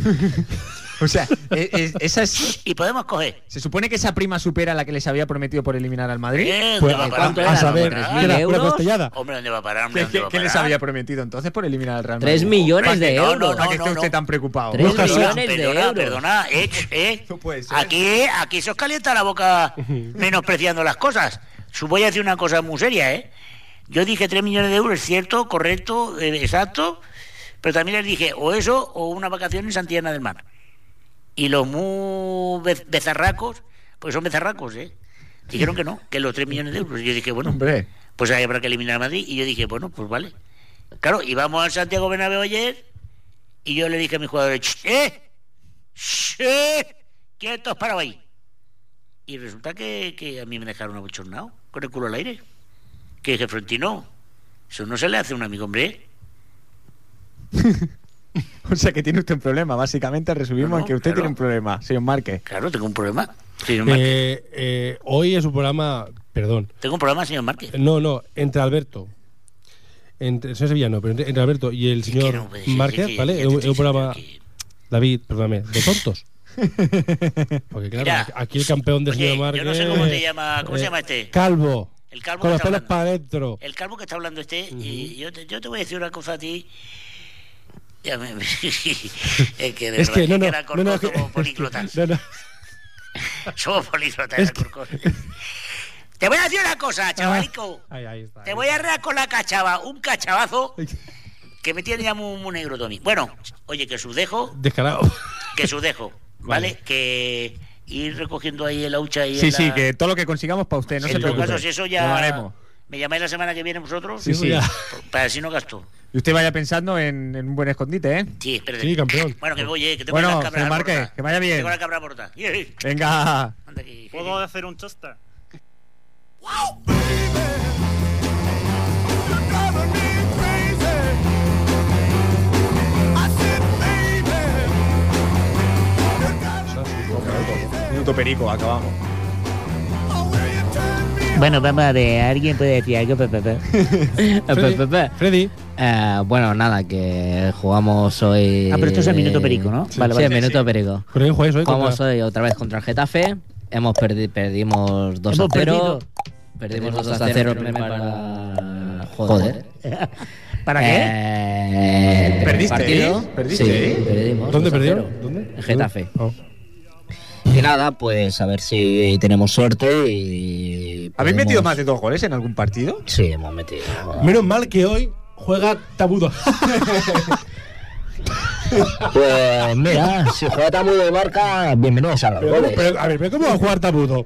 E: O sea, e- e- esa es-
B: Y podemos coger.
E: se supone que esa prima supera la que les había prometido por eliminar al Madrid.
B: Eh, ¿dónde
C: Pues,
B: va a parar,
D: ¿cuánto
B: hombre?
C: a
D: era?
C: saber,
B: ¿Dónde va a
D: ¿Tres
B: parar?
C: que
D: mil
C: era una
D: euros?
C: costellada.
B: Hombre, ¿dónde va a parar? Hombre,
E: ¿Qué,
B: ¿dónde
E: qué-
B: va a
E: qué les
B: parar?
E: había prometido entonces por eliminar al Real Madrid?
D: Tres millones
B: Hombre,
D: de
B: no,
D: euros.
B: no, no.
E: ¿Para qué esté usted tan preocupado?
D: Tres
E: Busca-
D: millones. de
B: perdona,
D: euros.
B: Perdona, eh, eh.
E: No puede ser.
B: Aquí, aquí se os calienta la boca menospreciando las cosas. Su- Voy a decir una cosa muy seria, ¿eh? Yo dije 3 millones de euros, es cierto, correcto, eh, exacto, pero también les dije o eso o una vacación en Santiana del Mar. Y los muy bez- bezarracos, pues son bezarracos, ¿eh? Dijeron que no, que los 3 millones de euros. Y yo dije, bueno,
E: Hombre.
B: pues ahí habrá que eliminar a Madrid. Y yo dije, bueno, pues vale. Claro, íbamos al Santiago Bernabéu ayer y yo le dije a mis jugadores, "Ch, ¡eh! ¡Ch, ¡eh! ¡Quietos, parado ahí! Y resulta que, que a mí me dejaron abochornado, con el culo al aire. Que dije, Frontino, eso no se le hace a un amigo, hombre.
E: O sea que tiene usted un problema, básicamente resumimos
B: No,
E: en que usted
B: claro.
E: tiene un problema, señor Márquez.
B: Claro, tengo un problema. Señor Márquez.
C: Eh, eh, hoy es un programa. Perdón.
B: Tengo un problema, señor Márquez.
C: No, no, entre Alberto. Entre, el señor Sevillano, pero entre, entre Alberto y el
B: Es que
C: señor
B: no puede ser, es
C: Márquez,
B: que ya
C: ¿vale?
B: te
C: Es un,
B: estoy
C: es un programa.
B: diciendo que-
C: David, perdóname, de tontos. Porque claro,
B: Mira,
C: aquí el campeón de
B: oye,
C: señor
B: yo
C: Márquez. eh,
B: no sé cómo te llama- ¿cómo se llama este?
C: Calvo.
B: El calvo
C: Con
B: que
C: los
B: está
C: pelos
B: hablando.
C: para adentro.
B: El calvo que está hablando este, y yo, te, yo te voy a decir una cosa a ti. Ya me- es que de
C: Es
B: verdad,
C: que no, no.
B: era
C: no, no,
B: Corcón
C: que-
B: como políglota.
C: no, no.
B: Somos políglotas,
C: Es Ah.
B: era Corcón. Te voy a decir una cosa, chavalico.
C: Ahí, ahí está.
B: Te voy a arreglar con la cachava, un cachabazo que me tiene ya muy, muy negro, Tony. Bueno, oye, que sus dejo,
C: Descarado.
B: que sus dejo, ¿vale? Que ir recogiendo ahí el hucha y
E: Sí,
B: la-
E: sí, que todo lo que consigamos para usted, no
B: en
E: se
B: todo
E: preocupe.
B: caso, si eso ya...
E: Lo haremos.
B: ¿Me llamáis la semana que viene vosotros?
E: Sí, sí.
C: ya.
B: Para si no gasto.
E: Y usted vaya pensando en, en un buen escondite, ¿eh?
B: Sí, espérate.
C: Sí, campeón.
B: Bueno, que voy, eh, que tengo
E: Bueno,
B: la cabra
E: señor Márquez,
B: abortada.
E: que vaya bien.
B: Tengo la cabra abortada.
E: Venga.
B: Anda aquí.
H: ¿Puedo hacer un chiste?
E: Minuto perico, acabamos.
B: Bueno, vamos a ver, alguien puede decir algo, papá.
D: Pepe.
C: Freddy.
D: Eh, bueno, nada, que jugamos hoy.
B: Ah, pero esto es el minuto perico, ¿no?
D: Sí,
B: Vale, vale.
D: sí, el minuto perico.
C: Pero bien jugáis hoy contra-
D: Jugamos hoy otra vez contra el Getafe. Hemos perdi perdimos 2 a
B: Hemos
D: 0.
B: perdido.
D: Perdimos 2 a 0 para. Joder.
B: ¿Para qué?
D: Eh, el
E: Perdiste,
D: partido.
E: ¿eh? Perdiste,
D: Sí,
E: ¿eh?
D: perdimos.
C: ¿Dónde
D: 2 a 0.
C: perdieron? ¿Dónde?
D: En Getafe.
C: Oh.
D: Y nada, pues a ver si tenemos suerte y.
E: ¿Habéis
D: podemos-
E: metido más de dos goles en algún partido?
D: Sí, hemos metido.
C: Oh. Menos mal que hoy juega Tabudo.
D: Pues mira, si juega tan muy de marca, bienvenidos a los
C: Pero,
D: goles.
C: pero, a ver, pero ¿cómo va a jugar Tabudo?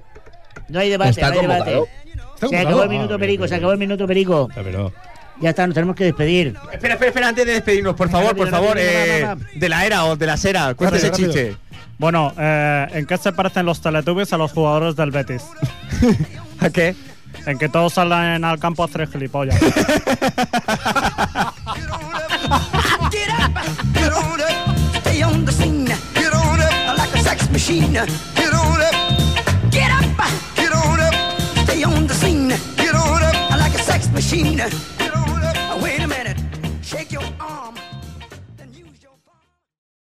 B: No hay debate,
D: Está
B: no hay debate.
D: convocado.
C: ¿Está
B: Se
C: convocado?
B: acabó el
C: Ah,
B: minuto
C: bien,
B: perico,
C: bien,
B: se acabó el minuto perico.
C: bien. Ah,
B: Ya está, nos tenemos que despedir.
E: Espera, espera, espera, antes de despedirnos, por favor, por
B: Rápido,
E: favor,
B: rápido,
E: eh,
B: va, va, va.
E: de la era o de la sera, cuéntese
C: Rápido, rápido.
E: chiste.
H: Bueno, eh, ¿en qué se parecen los Teletubbies a los jugadores del Betis?
E: ¿A qué?
H: En que todos salen al campo a hacer gilipollas.
I: Get up, get on up, stay on the scene. Get on up like a sex machine. Get on up, get up, get on up, stay on the scene. Get on up like a sex machine.